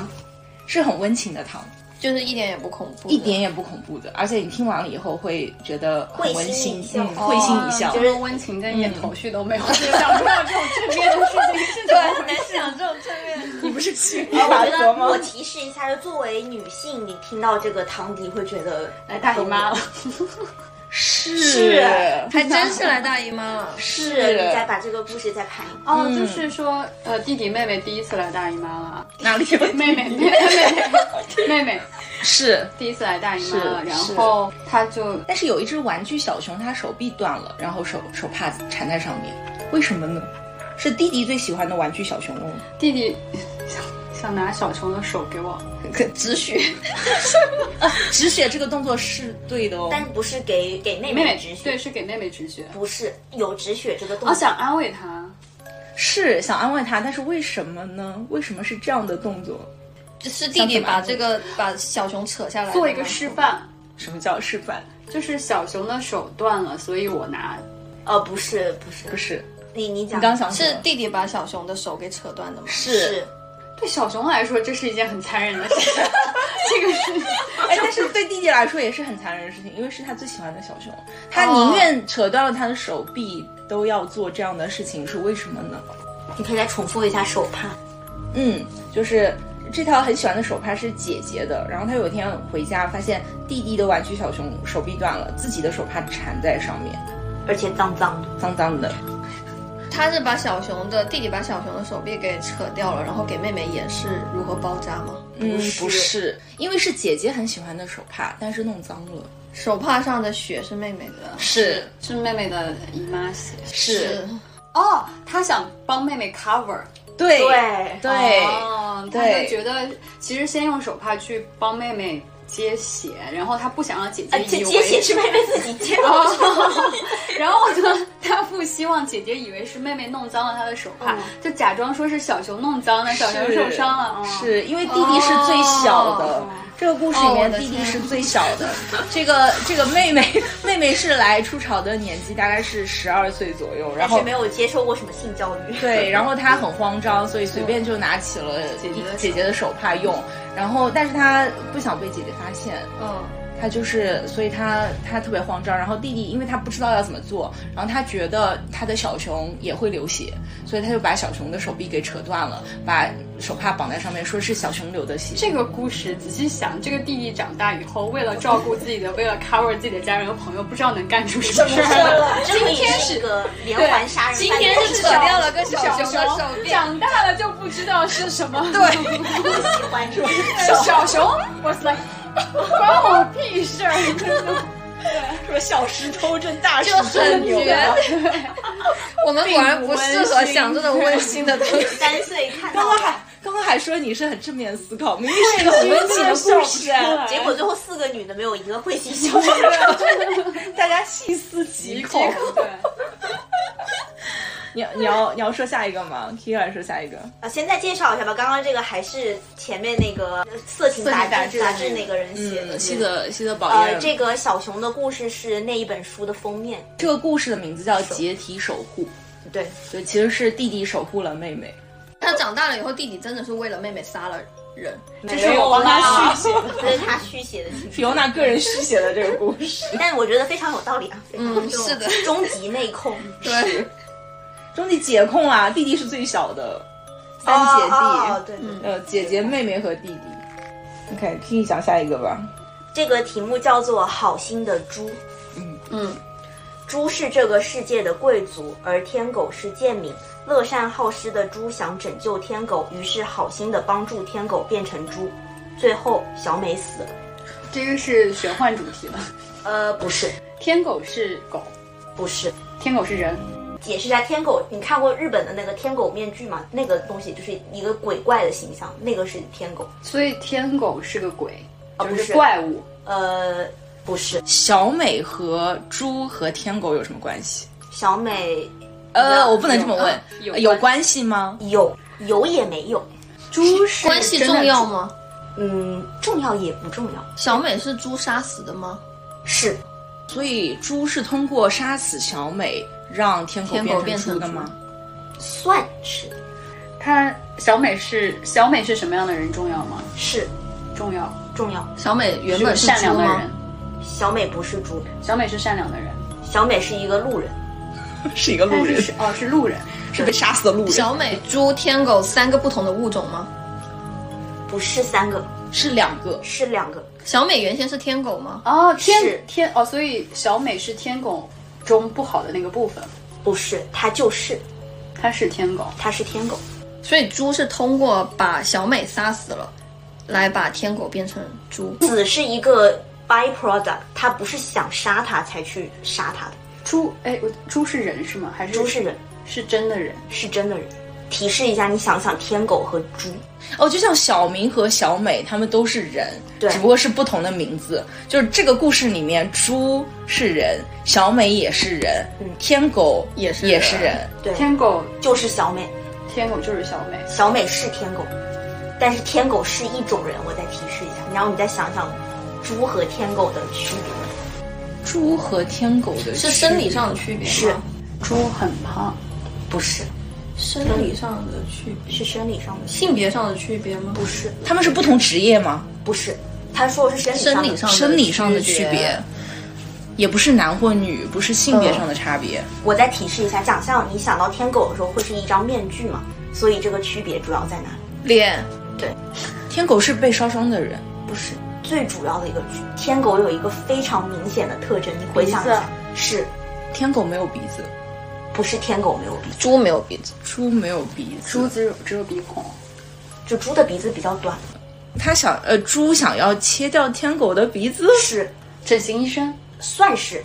Speaker 2: 是很温情的汤，
Speaker 4: 就是一点也不恐怖，
Speaker 2: 一点也不恐怖的，而且你听完了以后会觉得很温馨
Speaker 1: 会，心一
Speaker 2: 嗯
Speaker 1: 笑哦
Speaker 2: 会心一笑。
Speaker 3: 就是温情在一点头绪都没有，就想不到这种正面的事情是怎么
Speaker 4: 对，
Speaker 3: 回
Speaker 4: 难
Speaker 3: 事？
Speaker 4: 想这种正面。
Speaker 2: 你不是去
Speaker 1: 我
Speaker 2: 法
Speaker 1: 觉
Speaker 2: 国
Speaker 1: 得
Speaker 2: 吗
Speaker 1: 我？提示一下，就作为女性，你听到这个汤底会觉得
Speaker 3: 来大姨妈了，
Speaker 2: 是
Speaker 1: 是
Speaker 4: 还真是来大姨妈了，
Speaker 1: 是，你再把这个故事再盘一盘。
Speaker 3: 哦，就是说，呃，弟弟妹妹第一次来大姨妈了，
Speaker 2: 哪里有
Speaker 3: 妹妹妹妹妹妹妹，
Speaker 2: 是，
Speaker 3: 第一次来大姨妈了，
Speaker 2: 是
Speaker 3: 然
Speaker 2: 是
Speaker 3: 后他就
Speaker 2: 但是有一只玩具小熊，它手臂断了，然后手手帕子缠在上面，为什么呢？是弟弟最喜欢的玩具小熊哦，
Speaker 3: 弟弟想想拿小熊的手给我，
Speaker 2: 可止血，止血这个动作是对的哦。
Speaker 1: 但不是给给妹
Speaker 3: 妹
Speaker 1: 妹哦
Speaker 3: 妹
Speaker 1: 止血，
Speaker 3: 对，是给妹妹止血。
Speaker 1: 不是有止血这个动
Speaker 3: 我
Speaker 1: 作。
Speaker 3: 想安慰他，
Speaker 2: 是想安慰他，但是为什么呢？为什么是这样的动作？
Speaker 4: 是弟弟把这个把小熊扯下来的吗，
Speaker 3: 做一个示范，
Speaker 2: 什么叫示范？
Speaker 3: 就是小熊的手断了，所以我拿
Speaker 1: 呃，不是不是
Speaker 2: 不，是，
Speaker 1: 你你讲
Speaker 2: 你刚想什
Speaker 4: 是
Speaker 2: 么
Speaker 4: 弟弟把小熊的手给扯断的吗？
Speaker 2: 是
Speaker 1: 是，
Speaker 3: 对小熊来说，这是一件很残忍的事情。这个是
Speaker 2: 哎，但是对弟弟来说也是很残忍的事情，因为是他最喜欢的小熊，他宁愿扯断了他的手臂，都要做这样的事情，是为什么呢？
Speaker 1: 你可以再重复一下手帕。
Speaker 2: 嗯，就是这条很喜欢的手帕是姐姐的，然后她有一天回家发现弟弟的玩具小熊手臂断了，自己的手帕缠在上面，
Speaker 1: 而且脏脏的，
Speaker 2: 脏脏的。
Speaker 4: 他是把小熊的弟弟把小熊的手臂给扯掉了，然后给妹妹演示如何包扎吗？
Speaker 2: 嗯，
Speaker 1: 是
Speaker 2: 不是，因为是姐姐很喜欢的手帕，但是弄脏了。
Speaker 4: 手帕上的血是妹妹的，
Speaker 2: 是
Speaker 3: 是妹妹的姨妈血
Speaker 2: 是，
Speaker 3: 哦，他想帮妹妹 cover，
Speaker 2: 对
Speaker 1: 对
Speaker 2: 对
Speaker 3: 哦，他
Speaker 2: 对
Speaker 3: 就觉得其实先用手帕去帮妹妹接血，然后他不想让姐姐
Speaker 1: 而且
Speaker 3: 以为
Speaker 1: 啊接血是妹妹自己接的。
Speaker 3: 哦， 然后我就他不希望姐姐以为是妹妹弄脏了她的手帕，
Speaker 1: 嗯
Speaker 3: 就假装说是小熊弄脏的，小熊受伤了。哦
Speaker 2: 是因为弟弟是最小的。
Speaker 3: 哦
Speaker 2: 这个故事里
Speaker 4: 哦我
Speaker 2: 面，
Speaker 4: 的
Speaker 2: 弟弟
Speaker 4: 天
Speaker 2: 是最小的。这个这个妹妹，妹妹是来出潮的年纪，大概是十二岁左右。然
Speaker 1: 但
Speaker 2: 后
Speaker 1: 是没有接受过什么性教育，
Speaker 2: 对，然后他很慌张，所以随便就拿起了
Speaker 3: 姐姐的手
Speaker 2: 姐姐的手帕用。然后，但是他不想被姐姐发现，
Speaker 4: 嗯，
Speaker 2: 他就是，所以他他特别慌张。然后弟弟，因为他不知道要怎么做，然后他觉得他的小熊也会流血，所以他就把小熊的手臂给扯断了，把手帕绑在上面，说是小熊流的血。
Speaker 3: 这个故事仔细想，这个弟弟长大以后，为了照顾自己的，为了 cover 自己的家人和朋友，不知道能干出什么 事儿。
Speaker 1: 这个也是一个连环杀人犯。
Speaker 4: 今天是扯掉了个小熊的手臂，
Speaker 3: 长大了就不知道是什么。
Speaker 1: 不喜欢你，
Speaker 3: 小熊，was like，关我屁事儿，真的。
Speaker 2: 什么小石头真大石
Speaker 4: 就很绝。 我们果然不适合想这种温馨的东西。
Speaker 1: 三岁看
Speaker 2: 刚
Speaker 1: 到
Speaker 2: 刚还
Speaker 1: 了，
Speaker 2: 刚刚还说你是很正面思考，明明是一个很啊温情的故事，啊
Speaker 1: 结果最后四个女的没有一个会洗小手。
Speaker 2: 大家细思极恐。
Speaker 3: 对，
Speaker 2: 你你要你要说下一个吗？Kira 说下一个。
Speaker 1: 啊，先再介绍一下吧，刚刚这个还是前面那个呃色情杂
Speaker 3: 色情杂
Speaker 1: 志
Speaker 3: 志
Speaker 1: 杂志那个人写的。
Speaker 2: 嗯西德西德堡
Speaker 1: 呃，
Speaker 2: 耶。
Speaker 1: 这个小熊的故事是那一本书的封面。
Speaker 2: 这个故事的名字叫《解体守护》，
Speaker 1: 对，
Speaker 2: 对，其实是弟弟守护了妹妹。
Speaker 4: 他长大了以后，弟弟真的是为了妹妹杀了人。
Speaker 1: 这
Speaker 3: 没
Speaker 1: 是
Speaker 3: 有
Speaker 1: 我
Speaker 3: 帮他
Speaker 1: 妈
Speaker 3: 续写的。
Speaker 1: 这是他续写的情节，
Speaker 2: 菲欧娜个人续写的这个故事，
Speaker 1: 但我觉得非常有道理啊。非常有
Speaker 4: 嗯是的
Speaker 1: 终极内控。
Speaker 4: 对，
Speaker 2: 终极解控啦、弟弟是最小的，三姐弟，
Speaker 1: 哦哦对对对
Speaker 2: 呃，姐姐、妹妹和弟弟。OK，Kiki 讲下一个吧。
Speaker 1: 这个题目叫做《好心的猪》。
Speaker 3: 嗯，
Speaker 1: 猪是这个世界的贵族，而天狗是贱民。乐善好施的猪想拯救天狗，于是好心的帮助天狗变成猪。最后，小美死了。
Speaker 3: 这个是玄幻主题了。
Speaker 1: 呃，不是，
Speaker 3: 天狗是狗，
Speaker 1: 不是。
Speaker 3: 天狗是人。
Speaker 1: 解释一下天狗，你看过日本的那个天狗面具吗？那个东西就是一个鬼怪的形象，那个是天狗。
Speaker 3: 所以天狗是个鬼，
Speaker 4: 哦
Speaker 1: 啊
Speaker 3: 就
Speaker 1: 不是
Speaker 3: 是怪物。
Speaker 1: 呃，不是，
Speaker 2: 小美和猪和天狗有什么关系？
Speaker 1: 小美
Speaker 2: 呃，
Speaker 1: 有
Speaker 2: 我不能这么问，
Speaker 3: 有
Speaker 2: 呃
Speaker 3: 有
Speaker 2: 有关系吗？
Speaker 1: 有有也没有，
Speaker 3: 猪是
Speaker 4: 关系重要？吗？
Speaker 1: 嗯，重要也不重要，
Speaker 4: 小美是猪杀死的吗？
Speaker 1: 是
Speaker 2: 所以猪是通过杀死小美让天狗
Speaker 4: 天狗
Speaker 2: 变
Speaker 4: 变
Speaker 2: 的
Speaker 4: 成猪
Speaker 2: 吗？
Speaker 1: 算是
Speaker 3: 他小美是小美是什么样的人重要吗？
Speaker 1: 是
Speaker 3: 重要，
Speaker 1: 重要。
Speaker 4: 小美原
Speaker 3: 是个
Speaker 4: 本是
Speaker 3: 善
Speaker 4: 猪
Speaker 3: 良的
Speaker 4: 吗
Speaker 3: 人？。
Speaker 1: 小美不是猪，
Speaker 3: 小美是善良的人，
Speaker 1: 小美是一个路人。
Speaker 2: 是一个
Speaker 3: 但
Speaker 2: 路
Speaker 3: 是
Speaker 2: 人，
Speaker 3: 是哦是路人，
Speaker 2: 是被杀死的路人，
Speaker 4: 小美、猪、天狗三个不同的物种吗？
Speaker 1: 不是三个，
Speaker 2: 是两个。
Speaker 1: 是两个，
Speaker 4: 小美原先是天狗吗？
Speaker 3: 哦
Speaker 1: 是
Speaker 3: 天天哦，所以小美是天狗中不好的那个部分，
Speaker 1: 不是，它就是，
Speaker 3: 她是天狗，
Speaker 1: 它是天狗，
Speaker 4: 所以猪是通过把小美杀死了，来把天狗变成猪。
Speaker 1: 死是一个 byproduct，他不是想杀他才去杀他的，
Speaker 3: 猪，哎，我猪是人是吗？还是
Speaker 1: 猪是人，
Speaker 3: 是真的人？
Speaker 1: 是真的人。提示一下，你想想天狗和猪，
Speaker 2: 哦，就像小明和小美，他们都是人，
Speaker 1: 对
Speaker 2: 只不过是不同的名字。就是这个故事里面，猪是人，小美也是人，天狗
Speaker 4: 也是
Speaker 2: 也
Speaker 4: 人
Speaker 2: 是人。
Speaker 1: 对，
Speaker 3: 天狗，
Speaker 1: 就是小美，
Speaker 3: 天狗就是小美。
Speaker 1: 小美是天狗，但是天狗是一种人，我再提示一下，然后你再想想猪和天狗的区别。
Speaker 2: 猪和天狗的区
Speaker 4: 是生理
Speaker 2: 别
Speaker 4: 上的区别吗？
Speaker 1: 是
Speaker 3: 猪很胖，
Speaker 1: 不是，
Speaker 4: 生理上的区别，
Speaker 1: 是生理上的区
Speaker 4: 性别上的区别吗？
Speaker 1: 别，不是，
Speaker 2: 他们是不同职业吗？
Speaker 1: 不是，他说的是生
Speaker 4: 生
Speaker 1: 理
Speaker 4: 理
Speaker 1: 上
Speaker 4: 上
Speaker 1: 的。
Speaker 4: 的
Speaker 2: 生理上的
Speaker 4: 区
Speaker 2: 区别，也不是男或女，不是性别
Speaker 4: 嗯
Speaker 2: 上的差别。
Speaker 1: 我再提示一下，想象你想到天狗的时候会是一张面具嘛，所以这个区别主要在哪里？
Speaker 2: 脸，
Speaker 1: 对，
Speaker 2: 天狗是被烧伤的人，
Speaker 1: 不是最主要的一个区，天狗有一个非常明显的特征，你回想一下，是
Speaker 2: 天狗没有鼻子，
Speaker 1: 不是天狗没有鼻子？
Speaker 4: 猪没有鼻子，
Speaker 2: 猪没有鼻子，
Speaker 3: 猪只有只有鼻孔。
Speaker 1: 就猪的鼻子比较短，
Speaker 2: 他想呃，猪想要切掉天狗的鼻子，
Speaker 1: 是
Speaker 3: 整形医生，
Speaker 1: 算是。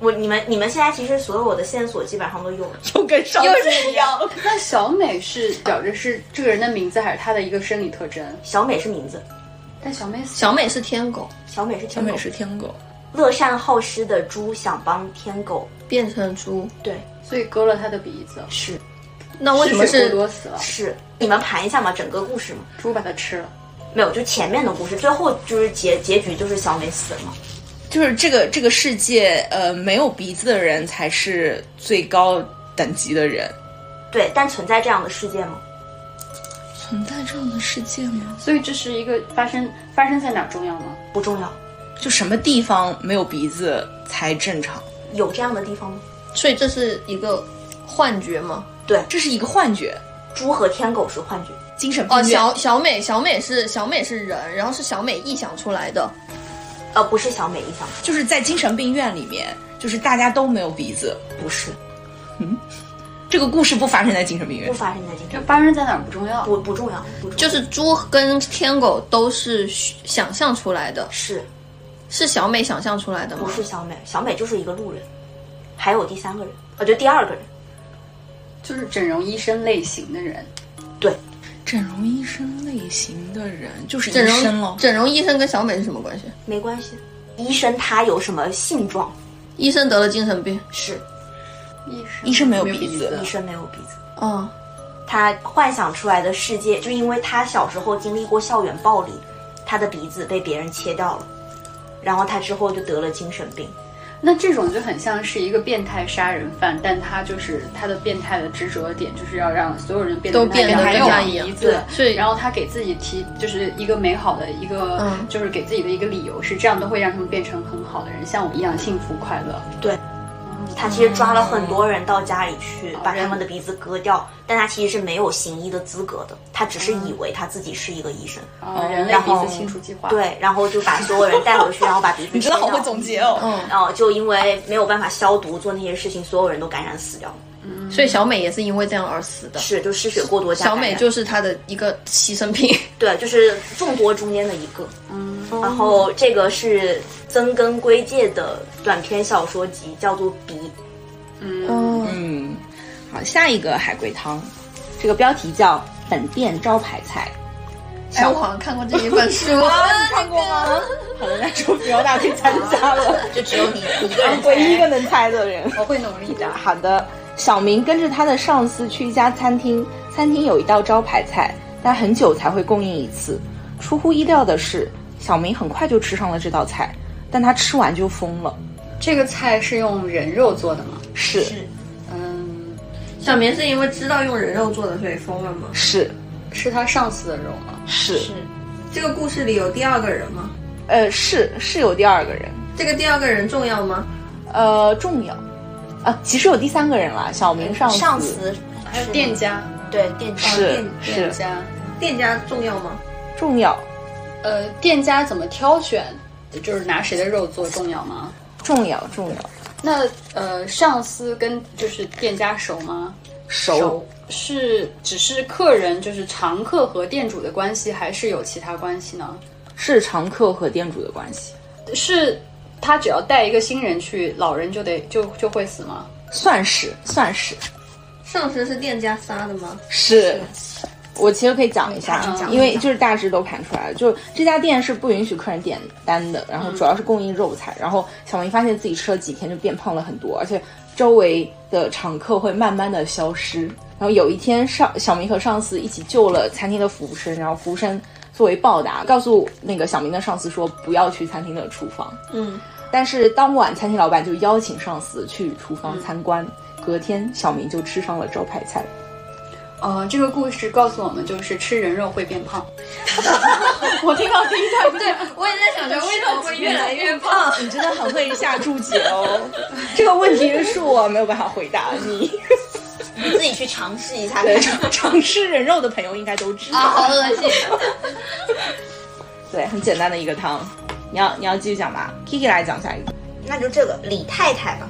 Speaker 1: 我你们你们现在其实所有的线索基本上都有了，
Speaker 2: 又跟上次一样。
Speaker 3: 那小美是表着是这个人的名字，还是她的一个生理特征？
Speaker 1: 小美是名字，
Speaker 3: 但小美死，
Speaker 4: 小美是天狗，
Speaker 1: 小美是
Speaker 2: 小
Speaker 1: 天狗
Speaker 2: 美，是天狗，
Speaker 1: 乐善好施的猪想帮天狗，
Speaker 4: 变成猪，
Speaker 1: 对，
Speaker 3: 所以割了她的鼻子。
Speaker 1: 是
Speaker 4: 那为什么
Speaker 3: 吃水
Speaker 4: 是
Speaker 3: 过多死了？
Speaker 1: 是，你们盘一下嘛，整个故事嘛，
Speaker 3: 猪把它吃了。
Speaker 1: 没有，就前面的故事，最后就是结结局就是小美死了嘛，
Speaker 2: 就是这个这个世界呃，没有鼻子的人才是最高等级的人。
Speaker 1: 对，但存在这样的世界吗？
Speaker 2: 存在这样的世界吗？
Speaker 3: 所以这是一个发生发生在哪儿重要吗？
Speaker 1: 不重要，
Speaker 2: 就什么地方没有鼻子才正常？
Speaker 1: 有这样的地方吗？
Speaker 4: 所以这是一个幻觉吗？
Speaker 1: 对，
Speaker 2: 这是一个幻觉，
Speaker 1: 猪和天狗是幻觉，
Speaker 2: 精
Speaker 3: 啊
Speaker 2: 神
Speaker 4: 哦，
Speaker 2: 病院。
Speaker 4: 小小美，小美是小美是人，然后是小美臆想出来的，
Speaker 1: 呃，不是小美一想，
Speaker 2: 就是在精神病院里面，就是大家都没有鼻子。嗯
Speaker 1: 不是，
Speaker 2: 这个故事不发生在精神病院
Speaker 1: 不，发生在今
Speaker 3: 就
Speaker 1: 天，
Speaker 3: 发生在哪儿不重要。
Speaker 1: 不不重要，不重要
Speaker 4: 就是猪跟天狗都是虚想象出来的，
Speaker 1: 是
Speaker 4: 是小美想象出来的吗
Speaker 1: 不？是小美，小美就是一个路人，还有第三个人，呃，就第二个人，
Speaker 3: 就是整容医生类型的人，
Speaker 1: 对，
Speaker 2: 整容医生类型的人就是医
Speaker 4: 整
Speaker 2: 生
Speaker 4: 容
Speaker 3: 哦
Speaker 2: 喽。
Speaker 4: 整容医生跟小美是什么关系？
Speaker 1: 没关系，医生他有什么性状？
Speaker 4: 医生得了精神病，
Speaker 1: 是
Speaker 3: 医生
Speaker 2: 医生没有
Speaker 3: 鼻
Speaker 2: 鼻子
Speaker 1: 医生没有鼻子。
Speaker 4: 嗯，
Speaker 1: 他幻想出来的世界，就因为他小时候经历过校园暴力，他的鼻子被别人切掉了，然后他之后就得了精神病。
Speaker 3: 那这种就很像是一个变态杀人犯，但他就是他的变态的执着点，就是要让所有人变得
Speaker 4: 都
Speaker 3: 跟他
Speaker 4: 变
Speaker 3: 一
Speaker 4: 得
Speaker 3: 样还
Speaker 4: 跟他一
Speaker 3: 有
Speaker 4: 样
Speaker 3: 鼻子，
Speaker 4: 对所以
Speaker 3: 然后他给自己提就是一个美好的一个，
Speaker 4: 嗯
Speaker 3: 就是给自己的一个理由是这样都会让他们变成很好的人，像我一样幸福快乐。
Speaker 1: 他其实抓了很多人到家里去，把他们的鼻子割掉，
Speaker 2: 嗯
Speaker 1: 但他其实是没有行医的资格的，他只是以为他自己是一个医生。
Speaker 3: 哦然后啊人类
Speaker 1: 然
Speaker 3: 鼻
Speaker 1: 后
Speaker 3: 子清除计划，，
Speaker 1: 对，然后就把所有人带回去，然后把鼻子
Speaker 2: 你真的好
Speaker 1: 切
Speaker 2: 会
Speaker 1: 掉
Speaker 2: 总结哦。
Speaker 1: 然后就因为没有办法消毒做那些事情，所有人都感染死掉了。
Speaker 4: 所以小美也是因为这样而死的。
Speaker 1: 是，就失血过多加
Speaker 4: 小
Speaker 1: 感
Speaker 4: 美
Speaker 1: 染
Speaker 4: 就是她的一个牺牲品，
Speaker 1: 对，就是众多中间的一个。
Speaker 3: 嗯，
Speaker 1: 然后这个是增根圭介的短篇小说集，叫做《鼻》。
Speaker 3: 哦
Speaker 4: 嗯，
Speaker 2: 嗯，好，下一个海龟汤，这个标题叫“本店招牌菜
Speaker 4: 哎，我好像看过这一本书，”。
Speaker 3: 哎
Speaker 2: 看啊过吗？好的，那就不要大去参加了， 就只有你一
Speaker 1: 个人猜
Speaker 2: 唯一一个能猜的 人。
Speaker 3: 我会努力的。
Speaker 2: 好的，小明跟着他的上司去一家餐厅，餐厅有一道招牌菜，但很久才会供应一次。出乎意料的是，小明很快就吃上了这道菜，但他吃完就疯了。
Speaker 3: 这个菜是用人肉做的吗？
Speaker 2: 是
Speaker 3: 嗯，
Speaker 4: 小明是因为知道用人肉做的，所以疯了吗？
Speaker 2: 是
Speaker 3: 是他上司的肉吗？
Speaker 2: 是
Speaker 4: 这个故事里有第二个人吗？
Speaker 2: 呃，是是有第二个人，
Speaker 4: 这个第二个人重要吗？
Speaker 2: 呃，重要。啊，其实有第三个人啦，小明上司
Speaker 1: 上司
Speaker 3: 还有店家，
Speaker 1: 对店长
Speaker 2: 是
Speaker 4: 店
Speaker 2: 是
Speaker 3: 店家，
Speaker 4: 店家重要吗？
Speaker 2: 重要
Speaker 3: 呃，店家怎么挑选，就是拿谁的肉做重要吗？
Speaker 2: 重要重要，
Speaker 3: 那呃，上司跟就是店家熟吗？
Speaker 2: 熟
Speaker 3: 是只是客人就是常客和店主的关系，还是有其他关系呢？
Speaker 2: 是常客和店主的关系，
Speaker 3: 是他只要带一个新人去，老人就得就就会死吗？
Speaker 2: 算是算是
Speaker 4: 上身是店家发的吗？
Speaker 2: 是。我其实可以讲一下
Speaker 3: 嗯讲，
Speaker 2: 因为就是大致都盘出来了。就是这家店是不允许客人点单的，然后主要是供应肉菜。然后小明发现自己吃了几天就变胖了很多，而且周围的常客会慢慢的消失。然后有一天上小明和上司一起救了餐厅的服务生，然后服务生作为报答，告诉那个小明的上司说不要去餐厅的厨房。
Speaker 4: 嗯，
Speaker 2: 但是当晚餐厅老板就邀请上司去厨房参观，隔天小明就吃上了招牌菜。
Speaker 3: 呃，这个故事告诉我们，就是吃人肉会 变胖。
Speaker 2: 我听到第一段
Speaker 4: 对， 我也在想着为什么会越来越胖。
Speaker 2: 你真的很会下注解哦。 这个问题是我没有办法回答你。
Speaker 1: 你自己去尝试一下。
Speaker 2: 对，尝试人肉的朋友应该都知道。
Speaker 4: 啊，好恶心！
Speaker 2: 对，很简单的一个汤。你要你要继续讲吧，Kiki 来讲下一个。
Speaker 1: 那就这个李太太吧。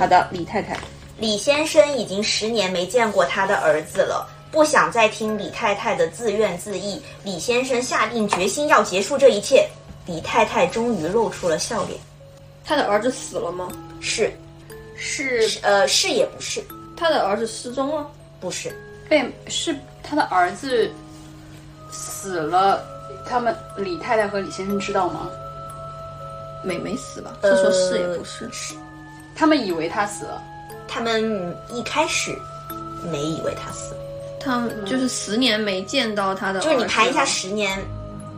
Speaker 2: 好的，李太太，
Speaker 1: 李先生已经十年没见过他的儿子了，不想再听李太太的自怨自艾。李先生下定决心要结束这一切。李太太终于露出了笑脸，
Speaker 4: 他的儿子死了吗？
Speaker 1: 是，
Speaker 3: 是
Speaker 1: 呃，是也不是，
Speaker 4: 他的儿子失踪了？
Speaker 1: 不是，
Speaker 3: 被是他的儿子死了，他们李太太和李先生知道吗？
Speaker 4: 没没死吧？是说是也不呃是？
Speaker 3: 他们以为他死了，
Speaker 1: 他们一开始没以为他死，
Speaker 4: 他们就是十年没见到他的儿
Speaker 1: 就
Speaker 4: 子
Speaker 1: 是
Speaker 4: 了，
Speaker 1: 你盘一下十年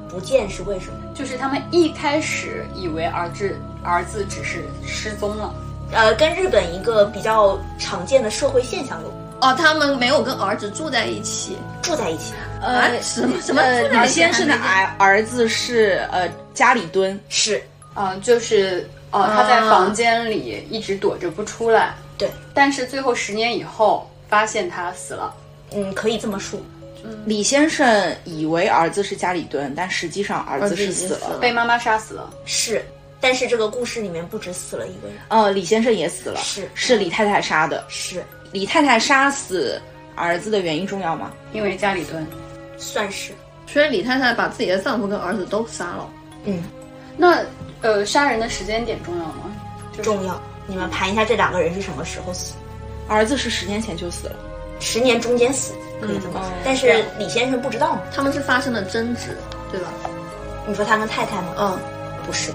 Speaker 1: 不见是为什么？
Speaker 3: 就是他们一开始以为儿子儿子只是失踪了。
Speaker 1: 呃，跟日本一个比较常见的社会现象有关
Speaker 4: 哦，他们没有跟儿子住在一起
Speaker 1: 住在一起，
Speaker 4: 啊？什么什么？
Speaker 2: 呃，
Speaker 4: 住在一
Speaker 2: 李
Speaker 4: 起
Speaker 2: 先生的
Speaker 4: 还没见
Speaker 2: 儿儿子是呃家里蹲，
Speaker 1: 是
Speaker 3: 啊、就是呃，他在
Speaker 4: 啊
Speaker 3: 房间里一直躲着不出来，
Speaker 1: 对，
Speaker 3: 但是最后十年以后发现他死了。
Speaker 1: 嗯，可以这么说，
Speaker 2: 李先生以为儿子是家里蹲，但实际上儿
Speaker 4: 儿
Speaker 2: 子
Speaker 4: 子已
Speaker 2: 是
Speaker 4: 经
Speaker 2: 死
Speaker 4: 死了
Speaker 2: 了。
Speaker 3: 被妈妈杀死了，
Speaker 1: 是。但是这个故事里面不止死了一个人，
Speaker 2: 呃，李先生也死了，
Speaker 1: 是
Speaker 2: 是李太太杀的。
Speaker 1: 是
Speaker 2: 李太太杀死儿子的原因重要吗？
Speaker 3: 因为家里蹲。
Speaker 1: 算是
Speaker 4: 所以李太太把自己的丈夫跟儿子都杀了。
Speaker 3: 那呃，杀人的时间点重要吗？就是
Speaker 1: 重要。你们盘一下这两个人是什么时候死？
Speaker 2: 儿子是十年前就死了。
Speaker 1: 十年中间死，可以这么
Speaker 4: 嗯
Speaker 1: 说。
Speaker 4: 哦
Speaker 1: 但是李先生不知道吗？
Speaker 4: 他们是发生了争执，对吧？
Speaker 1: 你说他跟太太吗？呃
Speaker 4: 嗯，
Speaker 1: 不是，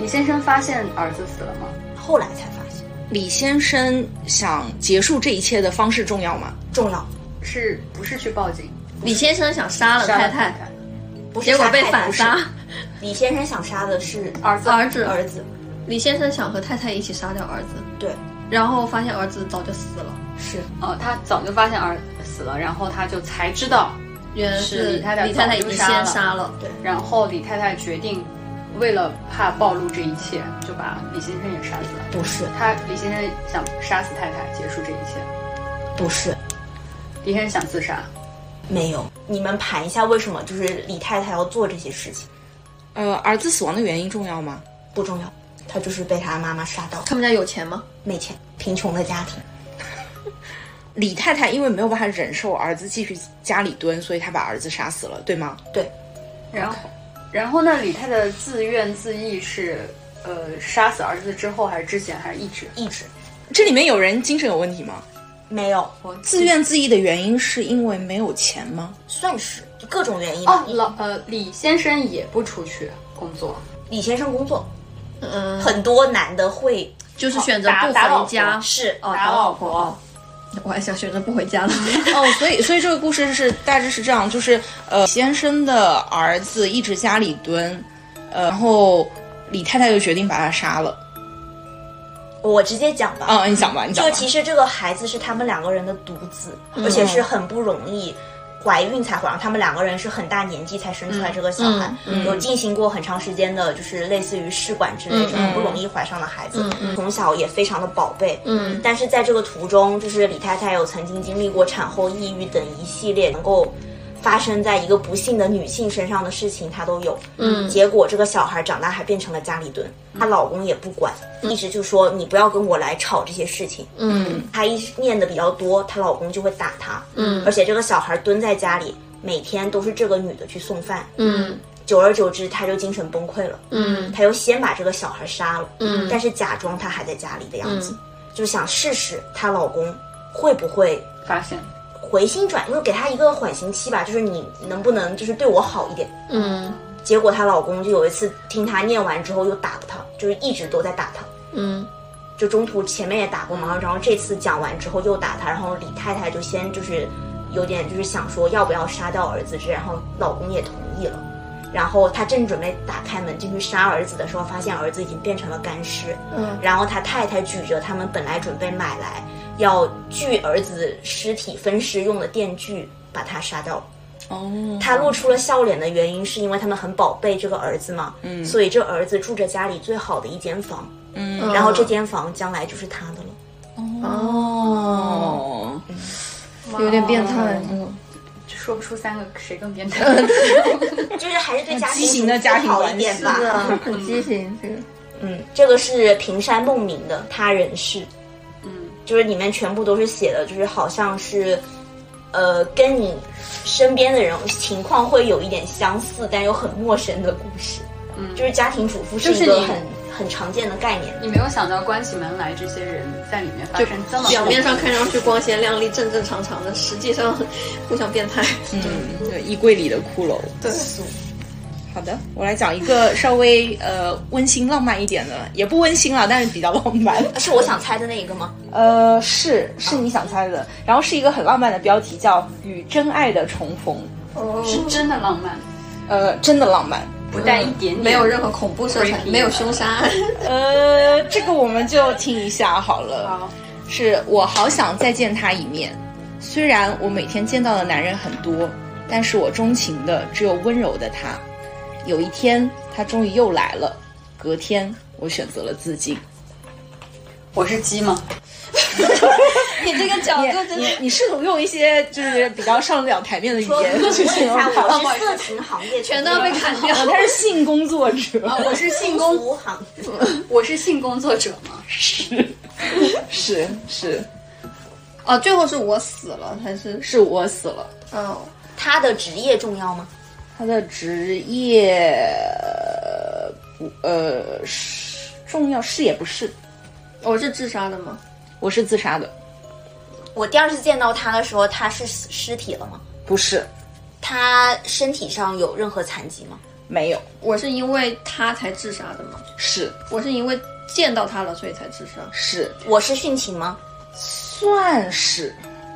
Speaker 3: 李先生发现儿子死了吗？
Speaker 1: 后来才发现。
Speaker 2: 李先生想结束这一切的方式重要吗？
Speaker 1: 重要，
Speaker 3: 是不是去报警？
Speaker 4: 李先生想杀了
Speaker 3: 杀
Speaker 4: 太
Speaker 3: 了
Speaker 4: 太，
Speaker 3: 太，
Speaker 1: 不是
Speaker 4: 结果被
Speaker 1: 杀太太
Speaker 4: 反杀。。
Speaker 1: 李先生想杀的是呃
Speaker 3: 儿子
Speaker 4: 儿子，
Speaker 1: 儿子，
Speaker 4: 李先生想和太太一起杀掉儿子，
Speaker 1: 对，
Speaker 4: 然后发现儿子早就死了，
Speaker 1: 是
Speaker 3: 呃，他早就发现儿子死了，然后他就才知道，
Speaker 4: 原来
Speaker 3: 是李太太
Speaker 4: 李太太已
Speaker 3: 早
Speaker 4: 经
Speaker 3: 就
Speaker 4: 先
Speaker 3: 杀了
Speaker 4: 杀了。
Speaker 3: 然后李太太决定，为了怕暴露这一切，就把李先生也杀死了。
Speaker 1: 不是
Speaker 3: 他李先生想杀死太太，结束这一切。
Speaker 1: 不是
Speaker 3: 李先生想自杀，
Speaker 1: 没有？你们盘一下，为什么就是李太太要做这些事情？
Speaker 2: 呃，儿子死亡的原因重要吗？
Speaker 1: 不重要，她就是被她妈妈杀到，
Speaker 4: 他们家有钱吗？
Speaker 1: 没钱，贫穷的家庭。
Speaker 2: 李太太因为没有办法忍受儿子继续家里蹲，所以她把儿子杀死了，对吗？
Speaker 1: 对，
Speaker 3: 然后，然后呢？李太太自怨自艾是，呃，杀死儿子之后，还是之前，还是一直？
Speaker 1: 一直
Speaker 2: 这里面有人精神有问题吗？
Speaker 1: 没有，
Speaker 3: 我
Speaker 2: 自怨自艾的原因是因为没有钱吗？
Speaker 1: 算是各种原因吧。
Speaker 3: 哦，老呃，李先生也不出去工作，
Speaker 1: 李先生工作，
Speaker 4: 嗯，
Speaker 1: 很多男的会
Speaker 4: 就是选择不
Speaker 3: 打打老
Speaker 4: 回
Speaker 3: 婆
Speaker 4: 家。
Speaker 1: 是
Speaker 4: 哦，打
Speaker 3: 打老
Speaker 4: 老
Speaker 3: 婆
Speaker 4: 婆。我还想选择不回家了。
Speaker 2: 哦，所以所以这个故事是大致是这样，就是呃，先生的儿子一直家里蹲，呃，然后李太太就决定把他杀了。
Speaker 1: 我直接讲吧。
Speaker 2: 啊、你讲吧，你讲
Speaker 1: 就
Speaker 2: 吧。
Speaker 1: 其实这个孩子是他们两个人的独子，而且是很不容易怀孕才怀上，他们两个人是很大年纪才生出来这个小孩，有进行过很长时间的，就是类似于试管之类这种
Speaker 2: 嗯
Speaker 1: 很不容易怀上的孩子，从小也非常的宝贝。
Speaker 4: 嗯，
Speaker 1: 但是在这个途中，就是李太太有曾经经历过产后抑郁等一系列能够。发生在一个不幸的女性身上的事情，她都有。嗯，结果这个小孩长大还变成了家里蹲，她老公也不管，一直就说你不要跟我来吵这些事情。
Speaker 4: 嗯
Speaker 1: 她一念的比较多，她老公就会打她。嗯，而且这个小孩蹲在家里，每天都是这个女的去送饭。
Speaker 4: 嗯
Speaker 1: 久而久之，她就精神崩溃了。
Speaker 4: 嗯
Speaker 1: 她又先把这个小孩杀了，
Speaker 4: 嗯
Speaker 1: 但是假装她还在家里的样子，
Speaker 4: 嗯
Speaker 1: 就想试试她老公会不会
Speaker 3: 发现
Speaker 1: 回心转，就是给她一个缓刑期吧，就是你能不能就是对我好一点。
Speaker 4: 嗯
Speaker 1: 结果她老公就有一次听她念完之后又打她，就是一直都在打她，
Speaker 4: 嗯
Speaker 1: 就中途前面也打过嘛，然后这次讲完之后又打她，然后李太太就先就是有点就是想说要不要杀掉儿子这，然后老公也同意了。然后她正准备打开门进去杀儿子的时候，发现儿子已经变成了干尸。
Speaker 4: 嗯
Speaker 1: 然后他太太举着他们本来准备买来要锯儿子尸体分尸用的电锯，把他杀掉了。
Speaker 2: 哦，
Speaker 1: 他露出了笑脸的原因，是因为他们很宝贝这个儿子嘛，嗯，所以这儿子住着家里最好的一间房，
Speaker 4: 嗯，
Speaker 1: 然后这间房将来就是他的了。
Speaker 4: 哦，
Speaker 2: 哦，
Speaker 4: 嗯有点变态，嗯
Speaker 3: 说不出三个谁更变 态。
Speaker 1: 就是还是对家庭
Speaker 2: 畸形的家庭
Speaker 1: 好
Speaker 2: 关系
Speaker 1: 一点
Speaker 4: 是
Speaker 1: 吧。
Speaker 4: 的，很畸形，这 个，
Speaker 1: 嗯，这个是平山梦明的《他人事》，
Speaker 3: 嗯，
Speaker 1: 就是里面全部都是写的，就是好像是，呃，跟你身边的人情况会有一点相似，但又很陌生的故事。
Speaker 3: 嗯
Speaker 1: 就是家庭主妇是
Speaker 3: 就是
Speaker 1: 一个
Speaker 3: 你
Speaker 1: 很很常见的概念。
Speaker 3: 你没有想到关起门来这些人在里面发生这么
Speaker 4: 表面上看上去光鲜亮丽、正正常常的，实际上互相变态。
Speaker 2: 嗯，这衣柜里的骷髅。
Speaker 4: 对，
Speaker 2: 好的，我来讲一个稍微呃温馨浪漫一点的，也不温馨了，但是比较浪漫。
Speaker 1: 是我想猜的那一个吗？
Speaker 2: 呃，是是你想猜的，然后是一个很浪漫的标题，叫《与真爱的重逢》。
Speaker 4: 哦
Speaker 3: 是真的浪漫，
Speaker 2: 呃，真的浪漫。
Speaker 3: 不带一点点
Speaker 4: 没有任何恐怖色彩，
Speaker 3: creepy
Speaker 4: 没有凶杀案。
Speaker 2: 呃，这个我们就听一下好了。
Speaker 3: 好
Speaker 2: 是我好想再见他一面。虽然我每天见到的男人很多，但是我钟情的只有温柔的他。有一天，他终于又来了。隔天，我选择了自尽。
Speaker 3: 我是鸡吗？
Speaker 4: 你这个角
Speaker 1: 哦
Speaker 2: 你
Speaker 4: 度真
Speaker 2: 你
Speaker 4: 的，
Speaker 2: 你试图用一些就是比较上得了台面的语
Speaker 1: 我
Speaker 2: 言
Speaker 1: 问
Speaker 2: 去
Speaker 1: 一
Speaker 2: 形容
Speaker 1: 下，
Speaker 2: 他。
Speaker 1: 我是色情行业，
Speaker 4: 全都要被砍掉。
Speaker 2: 哦他是性工作者，
Speaker 1: 哦
Speaker 3: 我是性
Speaker 1: 服
Speaker 3: 工，
Speaker 1: 务行业。
Speaker 3: 我是性工作者吗？
Speaker 2: 是是
Speaker 4: 哦，最后是我死了还是？
Speaker 2: 是我死了。
Speaker 4: 哦，
Speaker 1: 他的职业重要吗？
Speaker 2: 他的职业呃不呃是重要是也不是，
Speaker 4: 我是自杀的吗？
Speaker 2: 我是自杀的，
Speaker 1: 我第二次见到他的时候，他是尸尸体了吗？
Speaker 2: 不是
Speaker 1: 他身体上有任何残疾吗？
Speaker 2: 没有
Speaker 4: 我是因为他才自杀的吗？
Speaker 2: 是
Speaker 4: 我是因为见到他了，所以才自杀。
Speaker 2: 是
Speaker 1: 我是殉情吗？
Speaker 2: 算是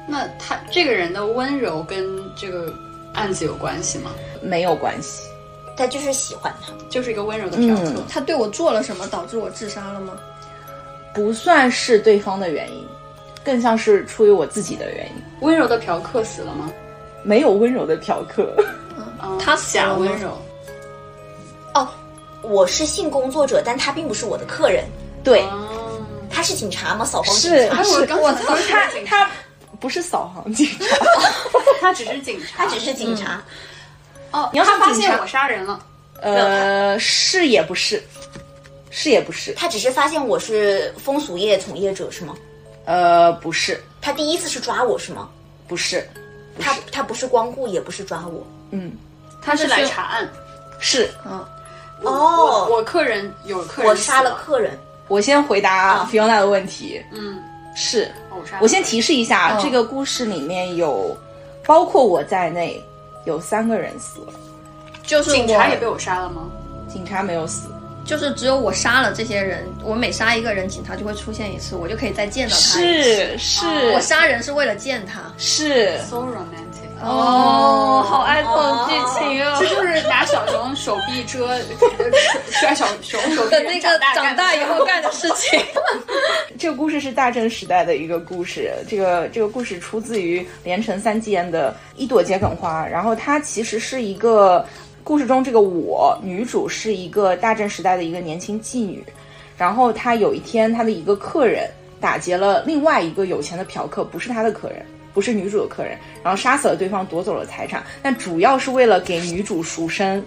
Speaker 3: 那他这个人的温柔跟这个案子有关系吗？
Speaker 2: 没有关系，
Speaker 1: 他就是喜欢他。
Speaker 3: 就是一个温柔的嫖客。
Speaker 4: 他对我做了什么导致我自杀了吗？
Speaker 2: 不算是对方的原因，更像是出于我自己的原因。
Speaker 3: 温柔的嫖客死了吗？
Speaker 2: 没有温柔的嫖客，
Speaker 3: 嗯
Speaker 4: 他死了
Speaker 3: 假
Speaker 4: 吗
Speaker 3: 温柔，
Speaker 1: 哦，我是性工作者，但他并不是我的客人。
Speaker 2: 对，
Speaker 3: 哦，
Speaker 1: 他是警察吗？扫黄警
Speaker 2: 是
Speaker 1: 察？
Speaker 2: 是，
Speaker 3: 哎刚才
Speaker 2: 不是他
Speaker 3: 警察
Speaker 2: 他不是扫黄警察，
Speaker 3: 他只是警察，
Speaker 1: 他只是警察。
Speaker 3: 哦，
Speaker 2: 你要是
Speaker 3: 他发
Speaker 2: 警察
Speaker 3: 现我杀人了，
Speaker 2: 呃，是也不是，是也不是，
Speaker 1: 他只是发现我是风俗业从业者是吗？
Speaker 2: 呃，不是
Speaker 1: 他第一次是抓我是吗？
Speaker 2: 不是，
Speaker 1: 他他不是光顾，也不是抓我。
Speaker 2: 嗯，
Speaker 3: 他是
Speaker 4: 他
Speaker 3: 来
Speaker 4: 是
Speaker 3: 查案。
Speaker 2: 是
Speaker 4: 嗯，
Speaker 3: 我
Speaker 1: 哦
Speaker 3: 我我客人有客人，
Speaker 1: 我杀了，客人，
Speaker 2: 我先回答
Speaker 1: 啊
Speaker 2: 菲欧娜的问题，
Speaker 3: 嗯，
Speaker 2: 是
Speaker 3: 哦我杀了
Speaker 2: 我先提示一下，
Speaker 4: 嗯
Speaker 2: 这个故事里面有包括我在内有三个人死了，
Speaker 4: 就是
Speaker 3: 警察也被
Speaker 4: 我，
Speaker 3: 我杀了吗？
Speaker 2: 警察没有死，
Speaker 4: 就是只有我杀了这些人，我每杀一个人，警察就会出现一次，我就可以再见到他一次。
Speaker 2: 是
Speaker 4: 我
Speaker 2: 是
Speaker 4: 杀人是为了见他。
Speaker 2: 是
Speaker 3: So romantic，
Speaker 4: 哦，好爱这种剧情哦
Speaker 3: 这就是拿小熊手臂遮 摔小熊手臂
Speaker 4: 的那个长大
Speaker 3: 干
Speaker 4: 以
Speaker 3: 的事
Speaker 4: 后干的事情。
Speaker 2: 这个故事是大正时代的一个故事，这个这个故事出自于连城三间的《一朵桔梗花》，然后它其实是一个故事中这个我女主是一个大正时代的一个年轻妓女，然后她有一天她的一个客人打劫了另外一个有钱的嫖客，不是她的客人，不是女主的客人，然后杀死了对方，夺走了财产，但主要是为了给女主赎身。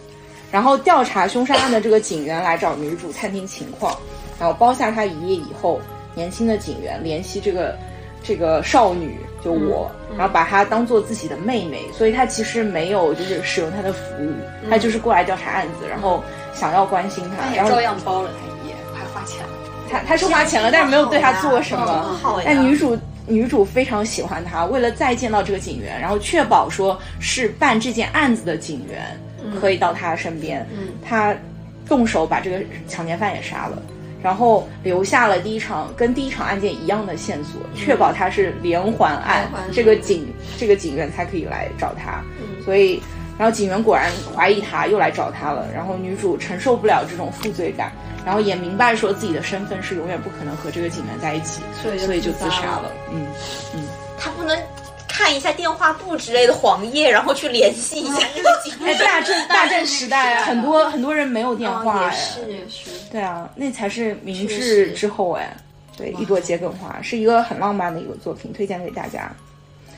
Speaker 2: 然后调查凶杀案的这个警员来找女主探听情况，然后包下她一夜以后，年轻的警员联系这个这个少女，就我，然后把她当做自己的妹妹，所以她其实没有就是使用她的服务，她就是过来调查案子，然后想要关心她，然
Speaker 3: 也
Speaker 2: 后
Speaker 3: 照样包了他一夜，还花钱了。
Speaker 2: 她她是花钱了，但是没有对她做什么。
Speaker 1: 嗯好呀，
Speaker 2: 但女主女主非常喜欢他，为了再见到这个警员，然后确保说是办这件案子的警员、
Speaker 4: 嗯
Speaker 2: 可以到他身边，
Speaker 3: 嗯
Speaker 2: 他动手把这个强奸犯也杀了。然后留下了第一场跟第一场案件一样的线索，确保他是连环案，
Speaker 4: 嗯连环
Speaker 2: 这个警这个警员才可以来找他。
Speaker 4: 嗯
Speaker 2: 所以，然后警员果然怀疑他，又来找他了。然后女主承受不了这种负罪感，然后也明白说自己的身份是永远不可能和这个警员在一起，
Speaker 4: 所以
Speaker 2: 所以就自杀了。。嗯，
Speaker 1: 他不能看一下电话簿之类的黄页，然后去联系一下这个警
Speaker 2: 哎，
Speaker 1: 察。
Speaker 2: 大正大正时代啊，很多很多人没有电
Speaker 1: 哦
Speaker 2: 话哎
Speaker 1: 也，是
Speaker 3: 也是，
Speaker 2: 对啊，那才是明
Speaker 4: 确
Speaker 2: 治
Speaker 4: 实
Speaker 2: 之后哎，对，一朵桔梗花是一个很浪漫的一个作品，推荐给大家。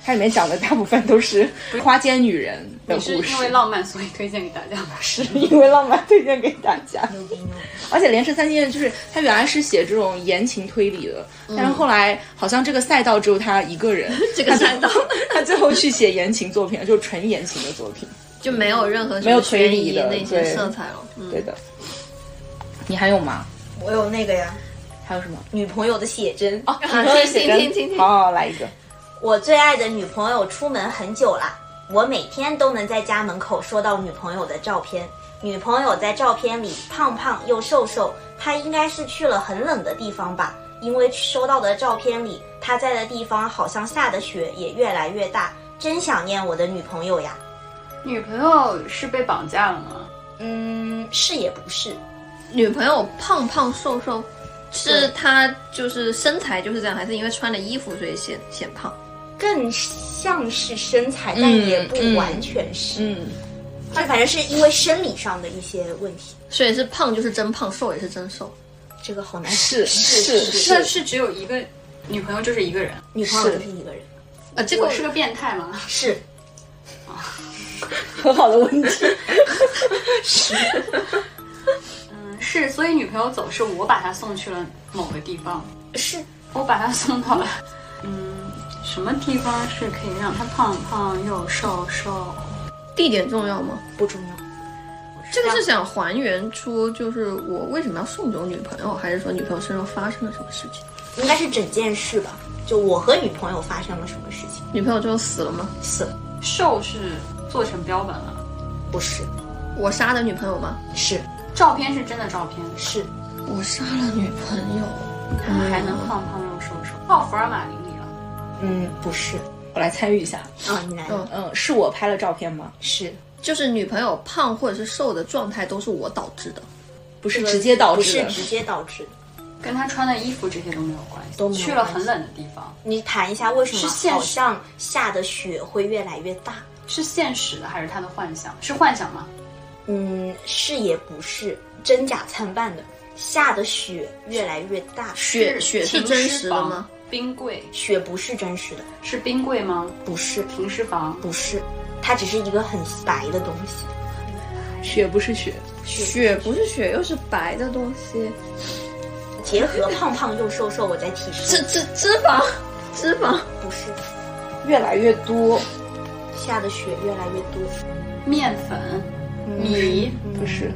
Speaker 2: 它里面讲的大部分都是花间女人的
Speaker 3: 也
Speaker 2: 故事，
Speaker 3: 是因为浪漫所以推荐给大家，不是？
Speaker 2: 因为浪漫推荐给大家。
Speaker 1: 牛逼牛逼！
Speaker 2: 而且《连城三剑》就是他原来是写这种言情推理的，但是后来好像这个赛道只有他一个人，
Speaker 4: 这个赛道
Speaker 2: 他最后去写言情作品了，就是纯言情的作品。
Speaker 4: 就没有任何什么
Speaker 2: 没有推理的
Speaker 4: 悬疑那些
Speaker 2: 对
Speaker 4: 色彩了。嗯，
Speaker 2: 对的，你还有吗？
Speaker 1: 我有那个呀，
Speaker 2: 还有什么？
Speaker 1: 女朋友的写真。
Speaker 2: 哦，
Speaker 4: 啊
Speaker 2: 你说
Speaker 4: 听
Speaker 2: 写真
Speaker 4: 听听听
Speaker 2: 好好好来一个。
Speaker 1: 我最爱的女朋友出门很久啦，我每天都能在家门口收到女朋友的照片。女朋友在照片里胖胖又瘦瘦，她应该是去了很冷的地方吧，因为收到的照片里，她在的地方好像下的雪也越来越大。真想念我的女朋友呀，
Speaker 3: 女朋友是被绑架了吗？
Speaker 1: 嗯，是也不是，
Speaker 4: 女朋友胖胖瘦瘦，是她就是身材就是这样，还是因为穿了衣服所以显显胖？
Speaker 1: 更像是身材，但
Speaker 2: 嗯
Speaker 1: 也不
Speaker 2: 嗯
Speaker 1: 完全是。
Speaker 2: 嗯，
Speaker 1: 她反正是因为生理上的一些问题，
Speaker 4: 所以是胖就是真胖，瘦也是真瘦。
Speaker 1: 这个好难
Speaker 2: 是
Speaker 1: 是
Speaker 2: 是
Speaker 3: 那是只有一个女朋友，就是一个人。
Speaker 1: 女朋友就是一个人，
Speaker 4: 啊，这
Speaker 3: 呃这个
Speaker 4: 个
Speaker 3: 是个变态吗？
Speaker 1: 是
Speaker 2: 很好的问题。
Speaker 3: 嗯，是。所以女朋友走是我把她送去了某个地方，
Speaker 1: 是
Speaker 3: 我把她送到了，嗯，什么地方是可以让她胖胖又瘦瘦？
Speaker 4: 地点重要吗？
Speaker 1: 不重要。
Speaker 4: 这个是想还原出就是我为什么要送走女朋友，还是说女朋友身上发生了什么事情？
Speaker 1: 应该是整件事吧。就我和女朋友发生了什么事情？
Speaker 4: 女朋友最后死了吗？
Speaker 1: 死了？
Speaker 3: 瘦是做成标本了，
Speaker 1: 不是，
Speaker 4: 我杀的女朋友吗？
Speaker 1: 是
Speaker 3: 照片是真的照片，
Speaker 1: 是
Speaker 4: 我杀了女朋友，
Speaker 3: 她还能胖胖又瘦瘦，泡福尔马林里了。
Speaker 2: 嗯，
Speaker 1: 不是？
Speaker 2: 我来参与一下。
Speaker 1: 啊，你来吧，
Speaker 4: 嗯
Speaker 2: 嗯，是我拍了照片吗？
Speaker 1: 是
Speaker 4: 就是女朋友胖或者是瘦的状态都是我导致的。
Speaker 2: 不嗯是直接导
Speaker 1: 不
Speaker 2: 致
Speaker 1: 是
Speaker 2: 的。
Speaker 1: 直接导致的？
Speaker 3: 跟她穿的衣服这些都没有关系，
Speaker 1: 都没有
Speaker 3: 去了
Speaker 1: 关系
Speaker 3: 很冷的地方，
Speaker 1: 你谈一下为什么
Speaker 3: 是现实
Speaker 1: 好像下的雪会越来越大？
Speaker 3: 是现实的还是她的幻想？是幻想吗？
Speaker 1: 嗯，是也不是，真假参半的。下的雪越来越大，
Speaker 4: 雪雪是
Speaker 3: 停
Speaker 4: 真
Speaker 3: 尸
Speaker 4: 实的
Speaker 3: 房
Speaker 4: 吗？？
Speaker 3: 冰柜
Speaker 1: 雪不是真实的，
Speaker 3: 是冰柜吗？
Speaker 1: 不是
Speaker 3: 停尸房
Speaker 1: 不是，它只是一个很白的东西。
Speaker 2: 雪不是雪，
Speaker 4: 雪不是雪，又是白的东西，
Speaker 1: 结合胖胖又瘦瘦，我在提
Speaker 4: 脂
Speaker 1: 示，
Speaker 4: 脂脂肪，脂肪。
Speaker 1: 不是
Speaker 2: 越来越多。
Speaker 1: 下的雪越来越多。
Speaker 3: 面粉、
Speaker 4: 嗯
Speaker 3: 米，
Speaker 2: 不是，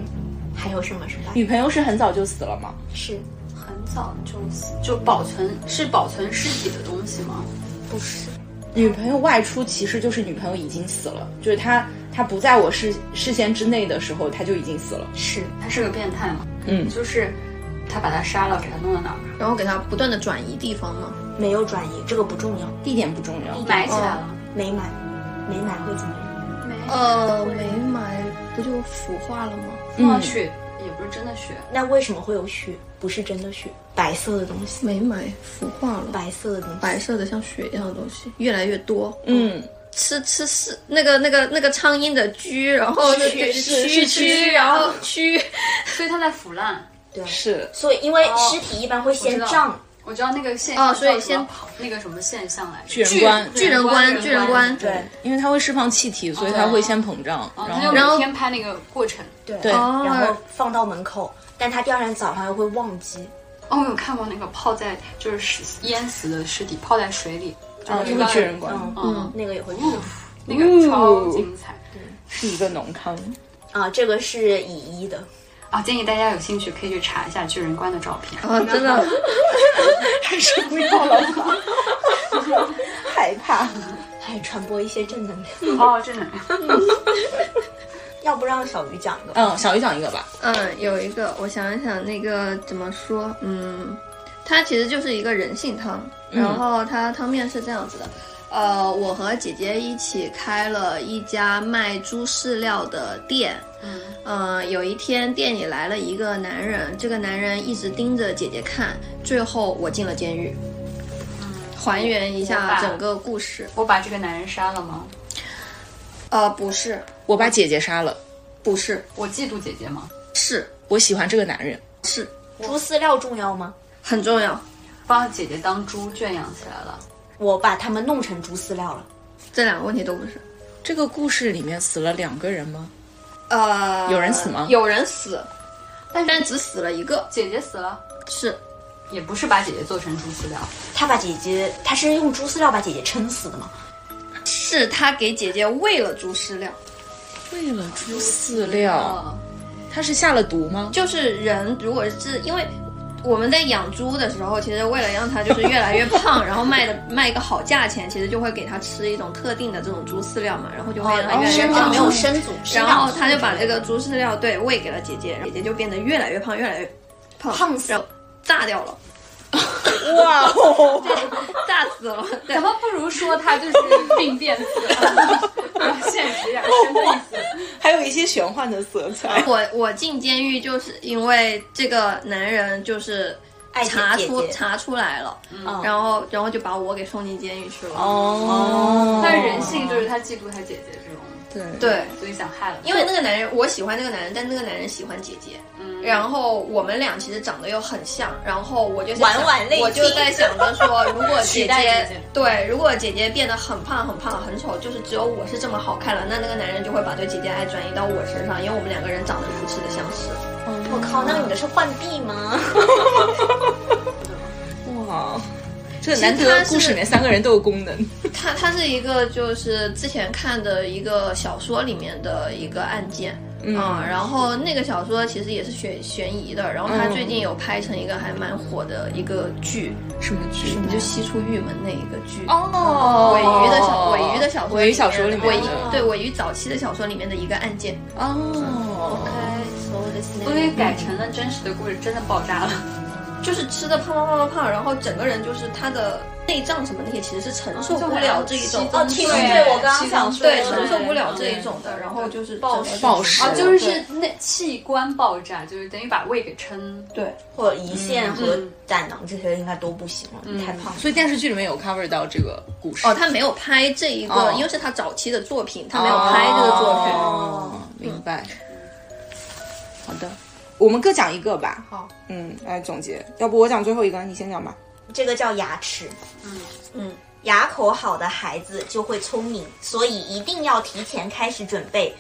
Speaker 1: 还有什么是吧？
Speaker 2: 嗯女朋友是很早就死了吗？
Speaker 1: 是
Speaker 3: 很早就死，就保存是保存尸体的东西吗？
Speaker 1: 不是？
Speaker 2: 女朋友外出其实就是女朋友已经死了，就是她她不在我视视线之内的时候，她就已经死了。
Speaker 1: 是
Speaker 3: 他是个变态吗？
Speaker 2: 嗯
Speaker 3: 就是他把他杀了，给他弄到哪儿？
Speaker 4: 然后给它不断的转移地方嘛。
Speaker 1: 没有转移，这个不重要，
Speaker 2: 地点不重
Speaker 4: 嗯
Speaker 2: 要，
Speaker 3: 埋起来了。
Speaker 1: 没买，没买会怎么样？
Speaker 3: 没
Speaker 4: 呃，没埋不就腐化了吗？
Speaker 3: 放上去也不是真的血，
Speaker 1: 那为什么会有血？不是真的血，白色的东西，
Speaker 4: 没埋腐化了，
Speaker 1: 白色的东西，
Speaker 4: 白色的像雪一样的东西越来越多。
Speaker 2: 嗯，
Speaker 4: 吃吃是那个那个那个苍蝇的蛆，然后那
Speaker 2: 是是
Speaker 4: 蛆
Speaker 2: 是
Speaker 4: 蛆，然后蛆，
Speaker 3: 所以他在腐烂。
Speaker 1: 对啊。
Speaker 2: 是
Speaker 1: 所以，因为
Speaker 3: 哦
Speaker 1: 尸体一般会先
Speaker 3: 我知道
Speaker 1: 胀，
Speaker 3: 我知道那个现
Speaker 4: 哦
Speaker 3: 象
Speaker 4: 所以
Speaker 3: 叫什么
Speaker 4: 先
Speaker 3: 跑那个什么现象来着？
Speaker 2: 巨人观，
Speaker 4: 巨人观，巨人观，
Speaker 2: 对，因为它会释放气体，所以它会先膨胀，
Speaker 3: 哦
Speaker 2: 然
Speaker 3: 他就
Speaker 2: 后
Speaker 4: 然后
Speaker 3: 每天拍那个过程。
Speaker 1: 对，
Speaker 2: 对
Speaker 4: 哦
Speaker 1: 然后放到门口，但他第二天早上又会忘记。
Speaker 3: 哦，我有看过那个泡在就是死淹死的尸体泡在水里，
Speaker 2: 啊，这个巨人观
Speaker 1: 嗯，
Speaker 3: 嗯，
Speaker 1: 那个也会
Speaker 3: 那个
Speaker 4: 哦
Speaker 3: 超精彩
Speaker 2: 是一个农 康，
Speaker 1: 啊，这个是乙一的，
Speaker 3: 啊！建议大家有兴趣可以去查一下巨人观的照片。
Speaker 4: 啊，真的，
Speaker 2: 还是不要了吧， 害怕。
Speaker 1: 还传播一些正能量。
Speaker 4: 嗯
Speaker 3: 哦，真的，
Speaker 1: 要不让小鱼讲一个？
Speaker 2: 嗯，小鱼讲一个吧，
Speaker 4: 嗯，有一个，我想一想，那个怎么说？嗯，它其实就是一个人性汤，然后它汤面是这样子的。呃，我和姐姐一起开了一家卖猪饲料的店。
Speaker 3: 嗯
Speaker 4: 呃，有一天店里来了一个男人，这个男人一直盯着姐姐看，最后我进了监狱。还原一
Speaker 3: 嗯我
Speaker 4: 下
Speaker 3: 把
Speaker 4: 整个故事。
Speaker 3: 我把这个男人杀了吗？
Speaker 4: 呃，不是，
Speaker 2: 我把姐姐杀了，
Speaker 4: 不是，
Speaker 3: 我嫉妒姐姐吗？
Speaker 4: 是
Speaker 2: 我喜欢这个男人，
Speaker 4: 是
Speaker 1: 猪饲料重要吗？
Speaker 4: 很重要，
Speaker 3: 把姐姐当猪圈养起来了。
Speaker 1: 我把他们弄成猪饲料了。
Speaker 4: 这两个问题都不是。
Speaker 2: 这个故事里面死了两个人吗？
Speaker 4: 呃，
Speaker 2: 有人死吗
Speaker 4: 有人死，但但只死了一个，
Speaker 3: 姐姐死了，
Speaker 4: 是
Speaker 3: 也不是把姐姐做成猪饲料。
Speaker 1: 他把姐姐，他是用猪饲料把姐姐撑死的吗？
Speaker 4: 是他给姐姐喂了猪饲料，
Speaker 2: 喂了啊猪饲料，
Speaker 3: 哦
Speaker 2: 他是下了毒吗？
Speaker 4: 就是人如果是因为。我们在养猪的时候，其实为了让它就是越来越胖，然后卖的卖一个好价钱，其实就会给它吃一种特定的这种猪饲料嘛，然后就
Speaker 1: 哦
Speaker 4: 会让它越来越
Speaker 1: 身
Speaker 4: 胖。
Speaker 1: 上没有生组织，
Speaker 4: 然后他就把这个猪饲料对喂给了姐姐，姐姐就变得越来越胖，越来越胖，
Speaker 1: 胖死
Speaker 4: 然后炸掉了，
Speaker 2: 哇哦！
Speaker 4: 炸死了。对
Speaker 3: 咱，们不如说他就是病变死了，比较现实点，生病死了。
Speaker 2: 还有一些玄幻的色彩。
Speaker 4: 我我进监狱就是因为这个男人就是
Speaker 1: 爱姐
Speaker 4: 查
Speaker 1: 姐
Speaker 4: 出
Speaker 1: 姐
Speaker 4: 查出来了，
Speaker 1: 嗯
Speaker 4: 然后然后就把我给送进监狱去了。
Speaker 2: 哦
Speaker 3: 但是人性就是他嫉妒他姐姐这种，
Speaker 2: 对
Speaker 4: 对，
Speaker 3: 所以想害了。
Speaker 4: 因为那个男人，我喜欢那个男人，但那个男人喜欢姐姐，
Speaker 3: 嗯
Speaker 4: 然后我们俩其实长得又很像，然后我就在
Speaker 1: 晚
Speaker 4: 想
Speaker 1: 晚泪
Speaker 4: 我就
Speaker 1: 倾
Speaker 4: 在想着说，如果姐
Speaker 3: 取代姐姐
Speaker 4: 对，如果姐姐变得很胖很胖很丑，就是只有我是这么好看了，那那个男人就会把对姐姐爱转移到我身上，因为我们两个人长得如此的相似。
Speaker 1: 我靠，那你的是浣碧吗？
Speaker 2: 哇，这难得故事里面三个人都有功能。
Speaker 4: 它它是一个就是之前看的一个小说里面的一个案件。嗯然后那个小说其实也是悬悬疑的，然后
Speaker 2: 嗯
Speaker 4: 他最近有拍成一个还蛮火的一个剧，
Speaker 2: 什么剧
Speaker 4: 什么就西出玉门那一个剧。
Speaker 2: 哦
Speaker 4: 尾鱼的小尾鱼的小说，
Speaker 2: 尾鱼小说里面
Speaker 4: 尾鱼
Speaker 2: 的
Speaker 4: 对尾鱼早期的小说里面的一个案件。
Speaker 2: 哦，
Speaker 3: 因为改成了真实的故事，真的爆炸了。
Speaker 4: 就是吃的胖胖胖胖胖，然后整个人就是他的内脏什么那些其实是承受不了这一种，
Speaker 3: 哦
Speaker 1: 听
Speaker 3: 就
Speaker 1: 对
Speaker 3: 很
Speaker 1: 我刚刚想说
Speaker 4: 对
Speaker 1: 的
Speaker 4: 承受不了这一种的，然后就是
Speaker 3: 暴
Speaker 4: 整个
Speaker 2: 暴食
Speaker 3: 啊，
Speaker 2: 对
Speaker 3: 就是是那器官爆炸，就是等于把胃给撑。
Speaker 4: 对
Speaker 1: 或者胰腺和胆囊这些应该都不行了，太胖了。
Speaker 2: 所以电视剧里面有 cover 到这个故事
Speaker 4: 哦，他没有拍这一个，
Speaker 2: 哦
Speaker 4: 因为是他早期的作品，他没
Speaker 3: 哦
Speaker 4: 有拍这个作品。
Speaker 2: 哦，明白。好的，我们各讲一个吧。
Speaker 4: 好，
Speaker 2: 嗯，来总结，要不我讲最后一个，你先讲吧。
Speaker 1: 这个叫牙齿。
Speaker 3: 嗯
Speaker 1: 嗯，牙口好的孩子就会聪明，所以一定要提前开始准备。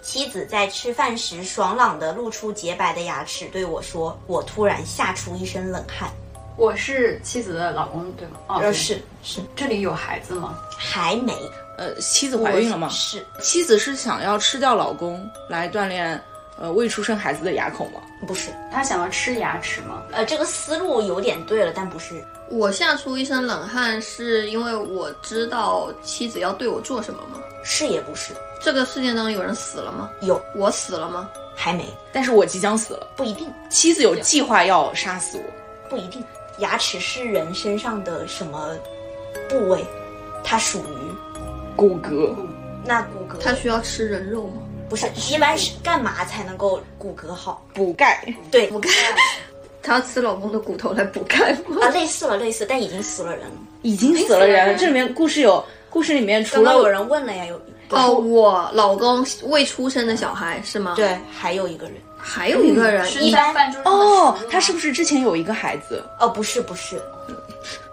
Speaker 1: 妻子在吃饭时爽朗地露出洁白的牙齿，对我说：“我突然吓出一身冷汗。
Speaker 3: 我是妻子的老公，对吗？”哦，
Speaker 1: 呃，
Speaker 3: 对
Speaker 1: 是是，
Speaker 3: 这里有孩子吗？
Speaker 1: 还没
Speaker 2: 呃，妻子怀孕了吗？
Speaker 1: 是
Speaker 2: 妻子是想要吃掉老公来锻炼呃未出生孩子的牙口吗？
Speaker 1: 不是？
Speaker 3: 他想要吃牙 齿吗？
Speaker 1: 呃，这个思路有点对了，但不是。
Speaker 4: 我吓出一身冷汗，是因为我知道妻子要对我做什么吗？
Speaker 1: 是也不是，
Speaker 4: 这个事件当中有人死了吗？
Speaker 1: 有
Speaker 4: 我死了吗？
Speaker 1: 还没，
Speaker 2: 但是我即将死了，
Speaker 1: 不一定，
Speaker 2: 妻子有计划要杀死我。
Speaker 1: 不一定。牙齿是人身上的什么部位？它属于
Speaker 2: 骨骼
Speaker 1: 那骨骼？
Speaker 4: 他需要吃人肉吗？
Speaker 1: 不是，一般是干嘛才能够骨骼好？
Speaker 2: 补钙，
Speaker 1: 对，
Speaker 4: 补钙，他要吃老公的骨头来补钙吗？
Speaker 1: 啊，类似了，类似，但已经死了人了。
Speaker 2: 已经死了人。这里面故事有故事里面除
Speaker 1: 刚
Speaker 2: 了
Speaker 1: 刚有人问了呀，有
Speaker 4: 哦，我老公未出生的小孩是吗？，
Speaker 1: 对，还有一个人，
Speaker 4: 还有一个人，
Speaker 3: 嗯是
Speaker 4: 一
Speaker 3: 在饭桌上的
Speaker 2: 哦
Speaker 3: 食物，
Speaker 2: 他是不是之前有一个孩子？
Speaker 1: 哦，不是不是，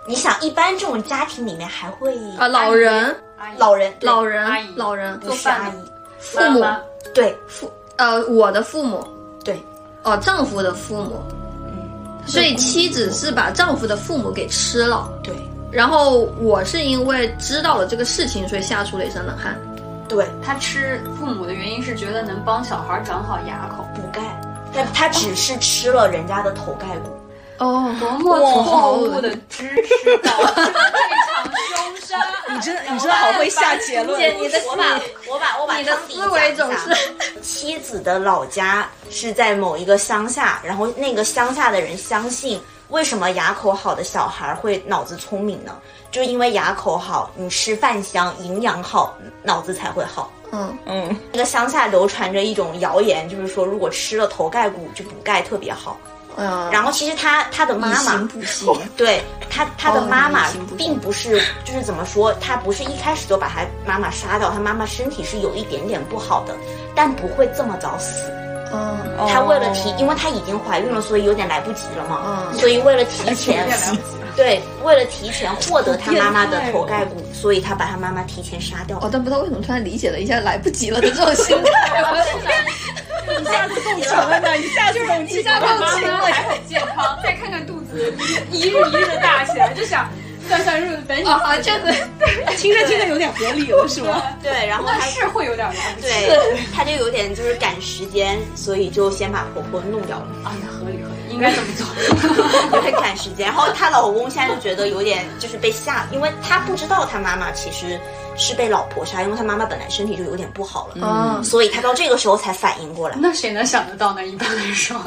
Speaker 1: 你想，一般这种家庭里面还会
Speaker 4: 啊老人、
Speaker 3: 阿姨
Speaker 1: 老人
Speaker 4: 老
Speaker 3: 阿姨
Speaker 4: 人、老人
Speaker 1: 不
Speaker 3: 做
Speaker 1: 是
Speaker 3: 饭
Speaker 1: 阿
Speaker 3: 的
Speaker 1: 姨，
Speaker 4: 父母
Speaker 3: 妈妈
Speaker 1: 对
Speaker 4: 父呃我的父母
Speaker 1: 对，
Speaker 4: 哦丈夫的父母，
Speaker 3: 嗯
Speaker 4: 所以妻子是把丈夫的父母给吃了。
Speaker 1: 对
Speaker 4: 然后我是因为知道了这个事情，所以吓出了一身冷汗。
Speaker 1: 对，
Speaker 3: 他吃父母的原因是觉得能帮小孩长好牙口，
Speaker 1: 补钙，但他只是吃了人家的头盖骨。
Speaker 4: 哦，
Speaker 3: 多么错误的知识啊导致 了这场凶杀。
Speaker 2: 你真的，你真的好会下结论。
Speaker 5: 姐，你的
Speaker 1: 我把我把我把
Speaker 4: 你的
Speaker 1: 汤底
Speaker 4: 思维
Speaker 1: 讲
Speaker 4: 总
Speaker 1: 一下
Speaker 4: 是
Speaker 1: 妻子的老家是在某一个乡下，然后那个乡下的人相信，为什么牙口好的小孩会脑子聪明呢？就因为牙口好，你吃饭香，营养好，脑子才会好。
Speaker 4: 嗯，
Speaker 2: 嗯，
Speaker 1: 那个乡下流传着一种谣言，就是说如果吃了头盖骨就补钙特别好。
Speaker 4: 呃，
Speaker 1: 然后其实他他的妈
Speaker 2: 以
Speaker 1: 妈
Speaker 2: 形补形。
Speaker 1: 对他，他的
Speaker 2: 哦
Speaker 1: 妈妈
Speaker 2: 你已经不
Speaker 1: 并不是，就是怎么说，他不是一开始就把他妈妈杀掉，他妈妈身体是有一点点不好的，但不会这么早死。
Speaker 4: 嗯
Speaker 1: 他为了提，因为他已经怀孕了，所以有点来不及了嘛，
Speaker 4: 嗯
Speaker 1: 所以为了提前，对，为了提前获得他妈妈的头盖骨，所以他把他妈妈提前杀掉。
Speaker 4: 哦，但不知道为什么突然理解了一下来不及了的这种心
Speaker 3: 哎
Speaker 4: 态。
Speaker 1: 一下子动
Speaker 2: 什么呢？一下就懂，一下
Speaker 3: 爸妈妈还很健康，再看看肚子一日一日的大起来，就想算算日子，等你
Speaker 4: 啊，这个
Speaker 2: 听着听着有点合理了，是吗？
Speaker 1: 对，然后
Speaker 3: 那
Speaker 1: 他
Speaker 3: 是会有点来不及。
Speaker 1: 对，他就有点就是赶时间，所以就先把婆婆弄掉了。
Speaker 3: 哎呀，合理合理，应该这么做。
Speaker 1: 有点赶时间。然后她老公现在就觉得有点就是被吓，因为他不知道他妈妈其实是被老婆杀，因为他妈妈本来身体就有点不好了，
Speaker 4: 啊，
Speaker 1: 所以他到这个时候才反应过来。
Speaker 3: 那谁能想得到呢？一般来说，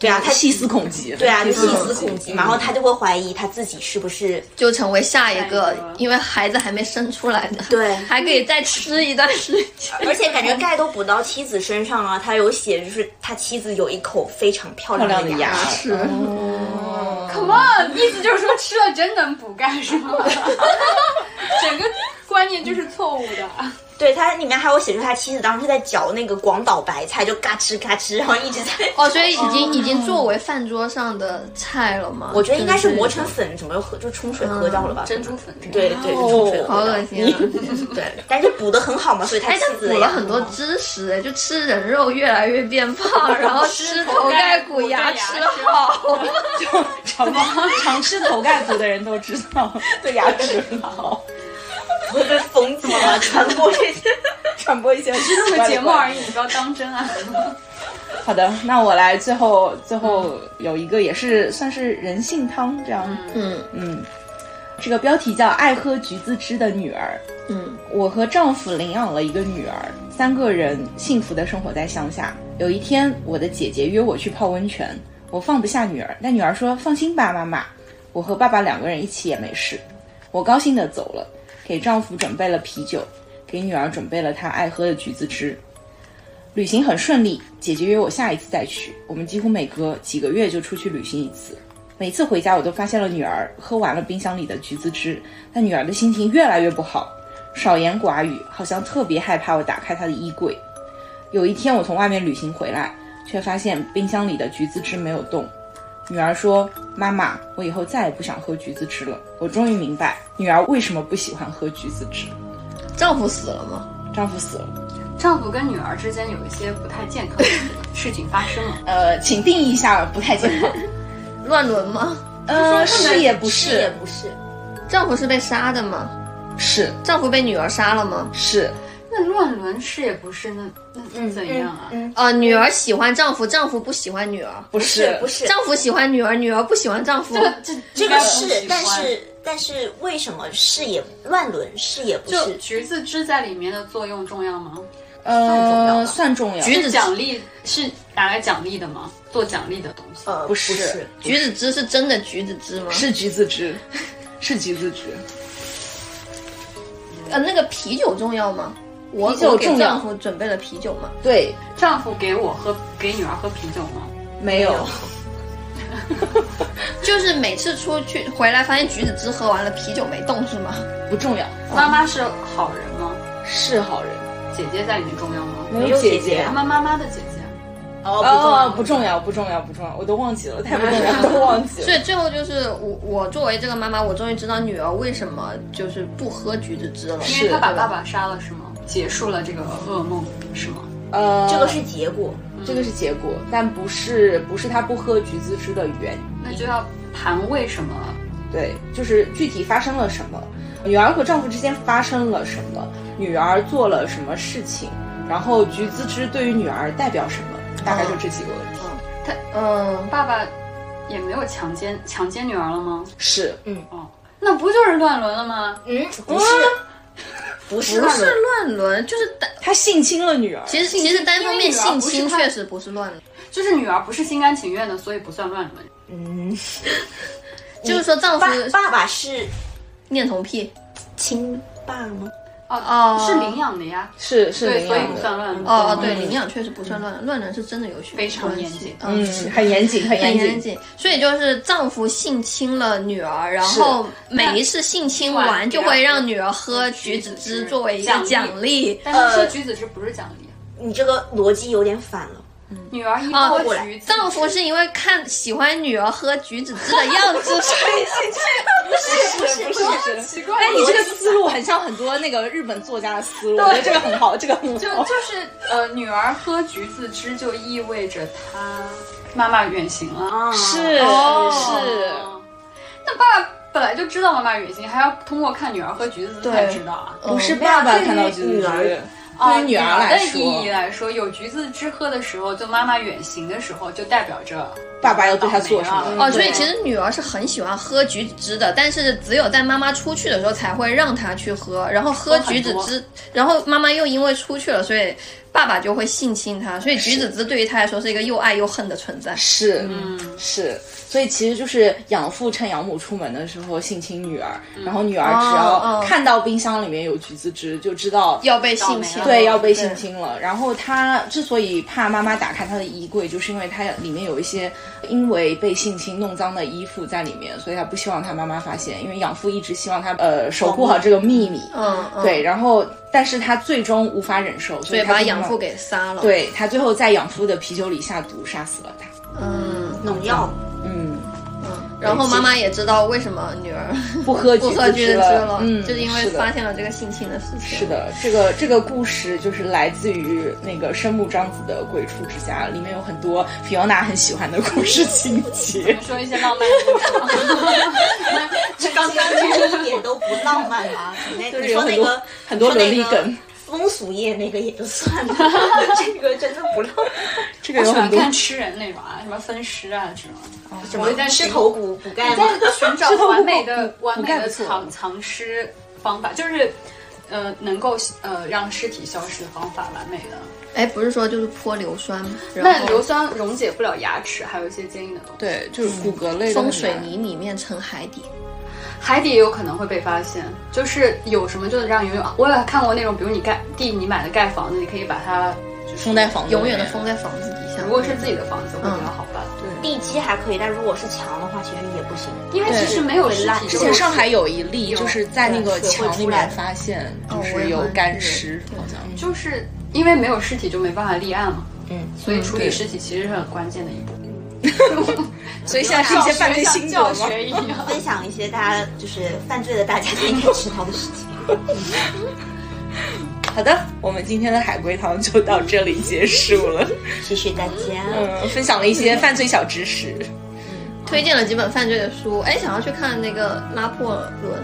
Speaker 1: 对啊，他
Speaker 2: 他细思恐极。
Speaker 1: 对啊，就细
Speaker 2: 恐
Speaker 1: 思恐极嘛，然后他就会怀疑他自己是不是
Speaker 4: 就成为下一
Speaker 3: 下一
Speaker 4: 个
Speaker 3: 个，
Speaker 4: 因为孩子还没生出来呢，
Speaker 1: 对
Speaker 4: 还可以再吃一段时间。
Speaker 1: 而且感觉钙都补到妻子身上了。他有写，就是他妻子有一口非常漂
Speaker 2: 漂
Speaker 1: 亮
Speaker 2: 亮
Speaker 1: 的
Speaker 2: 的
Speaker 1: 牙
Speaker 2: 牙，
Speaker 4: 齿
Speaker 2: 哦
Speaker 3: Come on，意思就是说吃了真能补钙是吗？ 整个观念就是错误的。
Speaker 1: 对他里面还有写出他妻子当时在嚼那个广岛白菜，就嘎吱嘎吱，然后一直在。
Speaker 4: 哦，所以已经已经作为饭桌上的菜了吗？
Speaker 1: 我觉得应该是
Speaker 4: 就
Speaker 1: 磨成粉，怎么喝就冲水喝掉了吧？
Speaker 3: 珍珠粉，
Speaker 1: 对对，就冲水喝掉
Speaker 4: 好恶心啊！
Speaker 1: 对，但是补的很好嘛，所以他
Speaker 4: 哎，
Speaker 1: 妻
Speaker 4: 他补
Speaker 1: 子也
Speaker 4: 了很多知识，哎，就吃人肉越来越变 胖，然后吃头盖骨牙齿好。
Speaker 2: 常常吃头盖骨的人都知道，对牙齿很好，
Speaker 1: 会被疯子嘛，啊传 播这些。
Speaker 2: 传播一些是
Speaker 3: 录个节目而已，你不要当真啊。
Speaker 2: 好的，那我来最后最后有一个也是算是人性汤这样，
Speaker 4: 嗯
Speaker 2: 嗯，这个标题叫《爱喝橘子汁的女儿》。
Speaker 4: 嗯，
Speaker 2: 我和丈夫领养了一个女儿，三个人幸福的生活在乡下。有一天，我的姐姐约我去泡温泉，我放不下女儿，但女儿说：“放心吧，妈妈，我和爸爸两个人一起也没事。”我高兴的走了，给丈夫准备了啤酒，给女儿准备了她爱喝的橘子汁。旅行很顺利，姐姐约我下一次再去，我们几乎每隔几个月就出去旅行一次。每次回家，我都发现了女儿喝完了冰箱里的橘子汁，但女儿的心情越来越不好，少言寡语，好像特别害怕我打开她的衣柜。有一天，我从外面旅行回来，却发现冰箱里的橘子汁没有动。女儿说：“妈妈，我以后再也不想喝橘子汁了。”我终于明白女儿为什么不喜欢喝橘子汁。
Speaker 4: 丈夫死了吗？
Speaker 2: 丈夫死了，
Speaker 3: 丈夫跟女儿之间有一些不太健康的事情发生了，
Speaker 2: 呃，请定义一下不太健康。
Speaker 4: 乱伦吗？
Speaker 2: 呃，是也不
Speaker 1: 是也
Speaker 2: 是，
Speaker 1: 不是，
Speaker 4: 丈夫是被杀的吗？
Speaker 2: 是
Speaker 4: 丈夫被女儿杀了吗？
Speaker 2: 是
Speaker 3: 那乱伦是也不是，那那那怎样啊？
Speaker 1: 嗯，
Speaker 4: 呃，女儿喜欢丈夫，丈夫不喜欢女儿。
Speaker 2: 不
Speaker 1: 是不是？
Speaker 4: 丈夫喜欢女儿，女儿不喜欢丈夫。
Speaker 3: 这
Speaker 1: 这
Speaker 3: 这
Speaker 1: 个是，但是但是为什么是也乱伦是也不？
Speaker 3: 就是橘子汁在里面的作用重要吗？
Speaker 2: 呃，算重要。
Speaker 4: 橘
Speaker 3: 是
Speaker 4: 子
Speaker 3: 奖励是拿来奖励的吗？做奖励的东西。
Speaker 1: 呃，
Speaker 2: 不
Speaker 1: 不
Speaker 2: 是
Speaker 4: 橘子汁是真的橘子汁吗？
Speaker 2: 是橘子汁，是橘子汁。
Speaker 4: 呃，那个啤酒重要吗？我
Speaker 2: 啤酒
Speaker 4: 我给
Speaker 2: 重要
Speaker 4: 丈夫准备了啤酒吗？
Speaker 2: 对，
Speaker 3: 丈夫给我喝，给女儿喝啤酒吗？
Speaker 2: 没有，
Speaker 4: 就是每次出去回来发现橘子汁喝完了，啤酒没动是吗？
Speaker 2: 不重要，
Speaker 3: 妈妈是好人吗？
Speaker 2: 是好人，
Speaker 3: 姐姐在里面重要吗？
Speaker 2: 没有姐
Speaker 1: 姐姐
Speaker 2: 姐
Speaker 3: 妈妈妈妈的姐姐，啊
Speaker 1: 哦，不重
Speaker 2: 哦
Speaker 1: 要，，
Speaker 2: 不重要，不重要，不重要，我都忘记了，太不重要，都 忘记
Speaker 4: 所
Speaker 2: 了。
Speaker 4: 以最后就是我，我作为这个妈妈，我终于知道女儿为什么就是不喝橘子汁了。
Speaker 3: 因为他把
Speaker 2: 对吧
Speaker 3: 爸爸杀了是吗？结束了这个噩梦是吗？
Speaker 2: 呃，
Speaker 6: 这个是结果。
Speaker 2: 这个是结果，但不是不是他不喝橘子汁的原因。
Speaker 3: 那就要盘为什么？
Speaker 2: 对，就是具体发生了什么，女儿和丈夫之间发生了什么，女儿做了什么事情，然后橘子汁对于女儿代表什么，大概就这几个问题。
Speaker 4: 嗯，
Speaker 3: 爸爸也没有强奸强奸女儿了吗？
Speaker 2: 是，
Speaker 3: 哦，那不就是乱伦了吗？
Speaker 6: 嗯，不是，不是
Speaker 4: 不
Speaker 6: 乱
Speaker 4: 是
Speaker 6: 伦，
Speaker 4: 乱伦，就是单，
Speaker 2: 他性侵了女儿。
Speaker 4: 其实其实单方面性
Speaker 3: 因为
Speaker 4: 侵
Speaker 3: 女儿不是她
Speaker 4: 确实不是乱伦，
Speaker 3: 就是女儿不是心甘情愿的，所以不算乱伦。
Speaker 4: 就是说丈夫
Speaker 6: 爸爸爸是
Speaker 4: 恋童癖
Speaker 6: 亲爸吗？
Speaker 3: 哦
Speaker 4: 哦，
Speaker 3: 是领养的呀，
Speaker 2: 是是
Speaker 3: 对，
Speaker 2: 领
Speaker 3: 所以
Speaker 2: 养
Speaker 3: 不
Speaker 2: 的
Speaker 3: 算乱伦。
Speaker 4: 哦哦，
Speaker 3: 嗯
Speaker 4: 对，领养确实不算乱伦，乱伦是真的有血
Speaker 3: 非常
Speaker 4: 关
Speaker 3: 严
Speaker 4: 系
Speaker 3: 谨
Speaker 4: 嗯，是
Speaker 2: 嗯，很严谨，很
Speaker 4: 很
Speaker 2: 严
Speaker 4: 严
Speaker 2: 谨。
Speaker 4: 谨，所以就是丈夫性侵了女儿，然后每一次性侵完就会让女儿喝橘子汁作为一个奖励。
Speaker 3: 但是说橘子汁不是奖励，
Speaker 6: 你这个逻辑有点反了。
Speaker 3: 女儿一
Speaker 4: 啊
Speaker 3: 喝橘子，
Speaker 4: 丈 夫是因为看喜欢女儿喝橘子 汁的样子，所以性侵。
Speaker 6: 不是不是，
Speaker 3: 奇怪，
Speaker 2: 哎，你这个思路很像很多那个日本作家的思路，我觉得这个很好，这个很
Speaker 3: 就
Speaker 2: 好。
Speaker 3: 就是呃，女儿喝橘子汁就意味着她妈妈远行了。
Speaker 6: 啊，
Speaker 2: 是
Speaker 4: 哦
Speaker 2: 是，
Speaker 3: 那爸爸本来就知道妈妈远行，还要通过看女儿喝橘子才
Speaker 4: 对
Speaker 3: 知道啊。
Speaker 2: 不是爸爸看到橘
Speaker 6: 对于
Speaker 2: 子
Speaker 6: 女儿
Speaker 2: 汁，
Speaker 3: 啊，
Speaker 2: 对于女儿来
Speaker 3: 的意义
Speaker 2: 说，
Speaker 3: 来说，有橘子汁喝的时候，就妈妈远行的时候，就代表着
Speaker 2: 爸爸要对他做什么
Speaker 3: 倒霉？了
Speaker 4: 哦，所以其实女儿是很喜欢喝橘子汁的，但是只有在妈妈出去的时候才会让她去喝，然后喝橘子
Speaker 3: 喝很
Speaker 4: 汁，然后妈妈又因为出去了，所以爸爸就会性侵她，所以橘子汁对于她来说是一个又爱又恨的存在。
Speaker 2: 是，是，所以其实就是养父趁养母出门的时候性侵女儿，然后女儿只
Speaker 4: 哦
Speaker 2: 要
Speaker 4: 哦
Speaker 2: 看到冰箱里面有橘子汁，就知道
Speaker 4: 要被性侵，
Speaker 2: 对要被
Speaker 4: 对
Speaker 2: 性侵了。然后她之所以怕妈妈打开她的衣柜，就是因为她里面有一些因为被性侵弄脏的衣服在里面，所以她不希望她妈妈发现，因为养父一直希望她呃守护好这个秘密。
Speaker 4: 嗯，嗯，
Speaker 2: 对，然后但是她最终无法忍受，所
Speaker 4: 所以
Speaker 2: 以
Speaker 4: 把
Speaker 2: 她就
Speaker 4: 养
Speaker 2: 慢
Speaker 4: 父给杀了。，
Speaker 2: 对她最后在养父的啤酒里下毒杀死了他。
Speaker 4: 嗯，
Speaker 6: 农药。
Speaker 2: 嗯，
Speaker 4: 然后妈妈也知道为什么女儿
Speaker 2: 不喝
Speaker 4: 不
Speaker 2: 橘
Speaker 4: 喝
Speaker 2: 子
Speaker 4: 橘
Speaker 2: 汁
Speaker 4: 子汁了，
Speaker 2: 嗯，
Speaker 4: 就是因为
Speaker 2: 是的
Speaker 4: 发现了这个性侵的事情。
Speaker 2: 是，的，这个这个故事就是来自于那个生木章子的《鬼畜之家》，里面有很多菲欧娜很喜欢的故事情
Speaker 3: 我
Speaker 2: 节
Speaker 3: 们。说一些浪漫 的 故事。刚刚
Speaker 6: 这个一点都不浪漫啊！你那
Speaker 2: 就是
Speaker 6: 你说
Speaker 2: 有很
Speaker 6: 那
Speaker 2: 多
Speaker 6: 个
Speaker 2: 很
Speaker 6: 你
Speaker 2: 多
Speaker 6: 说那
Speaker 2: 伦理
Speaker 6: 个
Speaker 2: 梗
Speaker 6: 风俗业那个也就算了， 这个真的不浪漫。
Speaker 2: 这个
Speaker 3: 喜
Speaker 2: 有很
Speaker 3: 欢
Speaker 2: 多哦
Speaker 3: 看吃人那种啊，什么分尸啊这种。
Speaker 6: 什么吃头骨补钙吗？
Speaker 3: 在寻找完美的完
Speaker 2: 不
Speaker 3: 美的
Speaker 2: 干不错
Speaker 3: 藏藏尸方法，就是呃能够呃让尸体消失的方法，完美的。
Speaker 4: 哎，不是说就是泼硫酸吗？然
Speaker 3: 那硫
Speaker 4: 后
Speaker 3: 酸溶解不了牙齿，还有一些坚硬的东西。
Speaker 2: 对，就是骨骼类的
Speaker 4: 风
Speaker 2: 很
Speaker 4: 水
Speaker 2: 难
Speaker 4: 泥里面沉海底，
Speaker 3: 海底也有可能会被发现，就是有什么就让游泳。我也看过那种，比如你盖地，你买的盖房子，你可以把它就是
Speaker 2: 封在房子里
Speaker 4: 永远
Speaker 2: 面
Speaker 4: 的封。在房子底下。
Speaker 3: 如果是自己的房子，会比较好办。
Speaker 6: 地基还可以，但如果是墙的话，其实也不行。
Speaker 3: 因为其实没有尸体，
Speaker 2: 之前上海有一例，
Speaker 3: 有
Speaker 2: 就是在那个
Speaker 6: 对水会
Speaker 2: 墙里
Speaker 6: 出来
Speaker 2: 面发现，
Speaker 4: 哦
Speaker 2: 就
Speaker 4: 我也
Speaker 2: 是有
Speaker 4: 好像
Speaker 2: 干
Speaker 4: 是
Speaker 2: 尸，
Speaker 4: 对
Speaker 2: 好像
Speaker 3: 就是因为没有尸体就没办法立案嘛。
Speaker 6: 嗯，
Speaker 3: 所以处
Speaker 2: 对
Speaker 3: 理尸体其实是很关键的一步。
Speaker 2: 所以现在是一些犯罪心得
Speaker 3: 教
Speaker 2: 吗？
Speaker 3: 学一样。
Speaker 6: 分享一些大家就是犯罪的大家应该知道的事情。
Speaker 2: 好的，我们今天的海龟汤就到这里结束了。
Speaker 6: 谢谢大家。
Speaker 2: 嗯，分享了一些犯罪小知识。
Speaker 4: 推荐了几本犯罪的书，哎，想要去看那个《拿破仑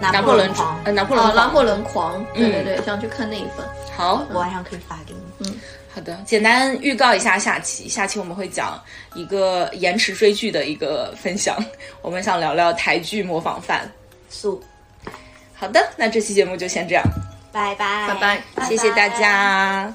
Speaker 6: 拿
Speaker 2: 拿破仑
Speaker 6: 狂，
Speaker 2: 呃，拿》破
Speaker 4: 哦，
Speaker 2: 仑
Speaker 4: 《
Speaker 2: 狂，
Speaker 4: 拿破仑狂》，对
Speaker 2: 嗯
Speaker 4: 对对，想去看那一本。
Speaker 2: 好，
Speaker 6: 我晚上可以发给你。
Speaker 2: 好的，简单预告一下下期，下期我们会讲一个延迟追剧的一个分享，我们想聊聊台剧模仿犯。
Speaker 6: 素，
Speaker 2: 好的，那这期节目就先这样，
Speaker 6: 拜拜，
Speaker 4: 拜拜
Speaker 2: 谢谢大。家。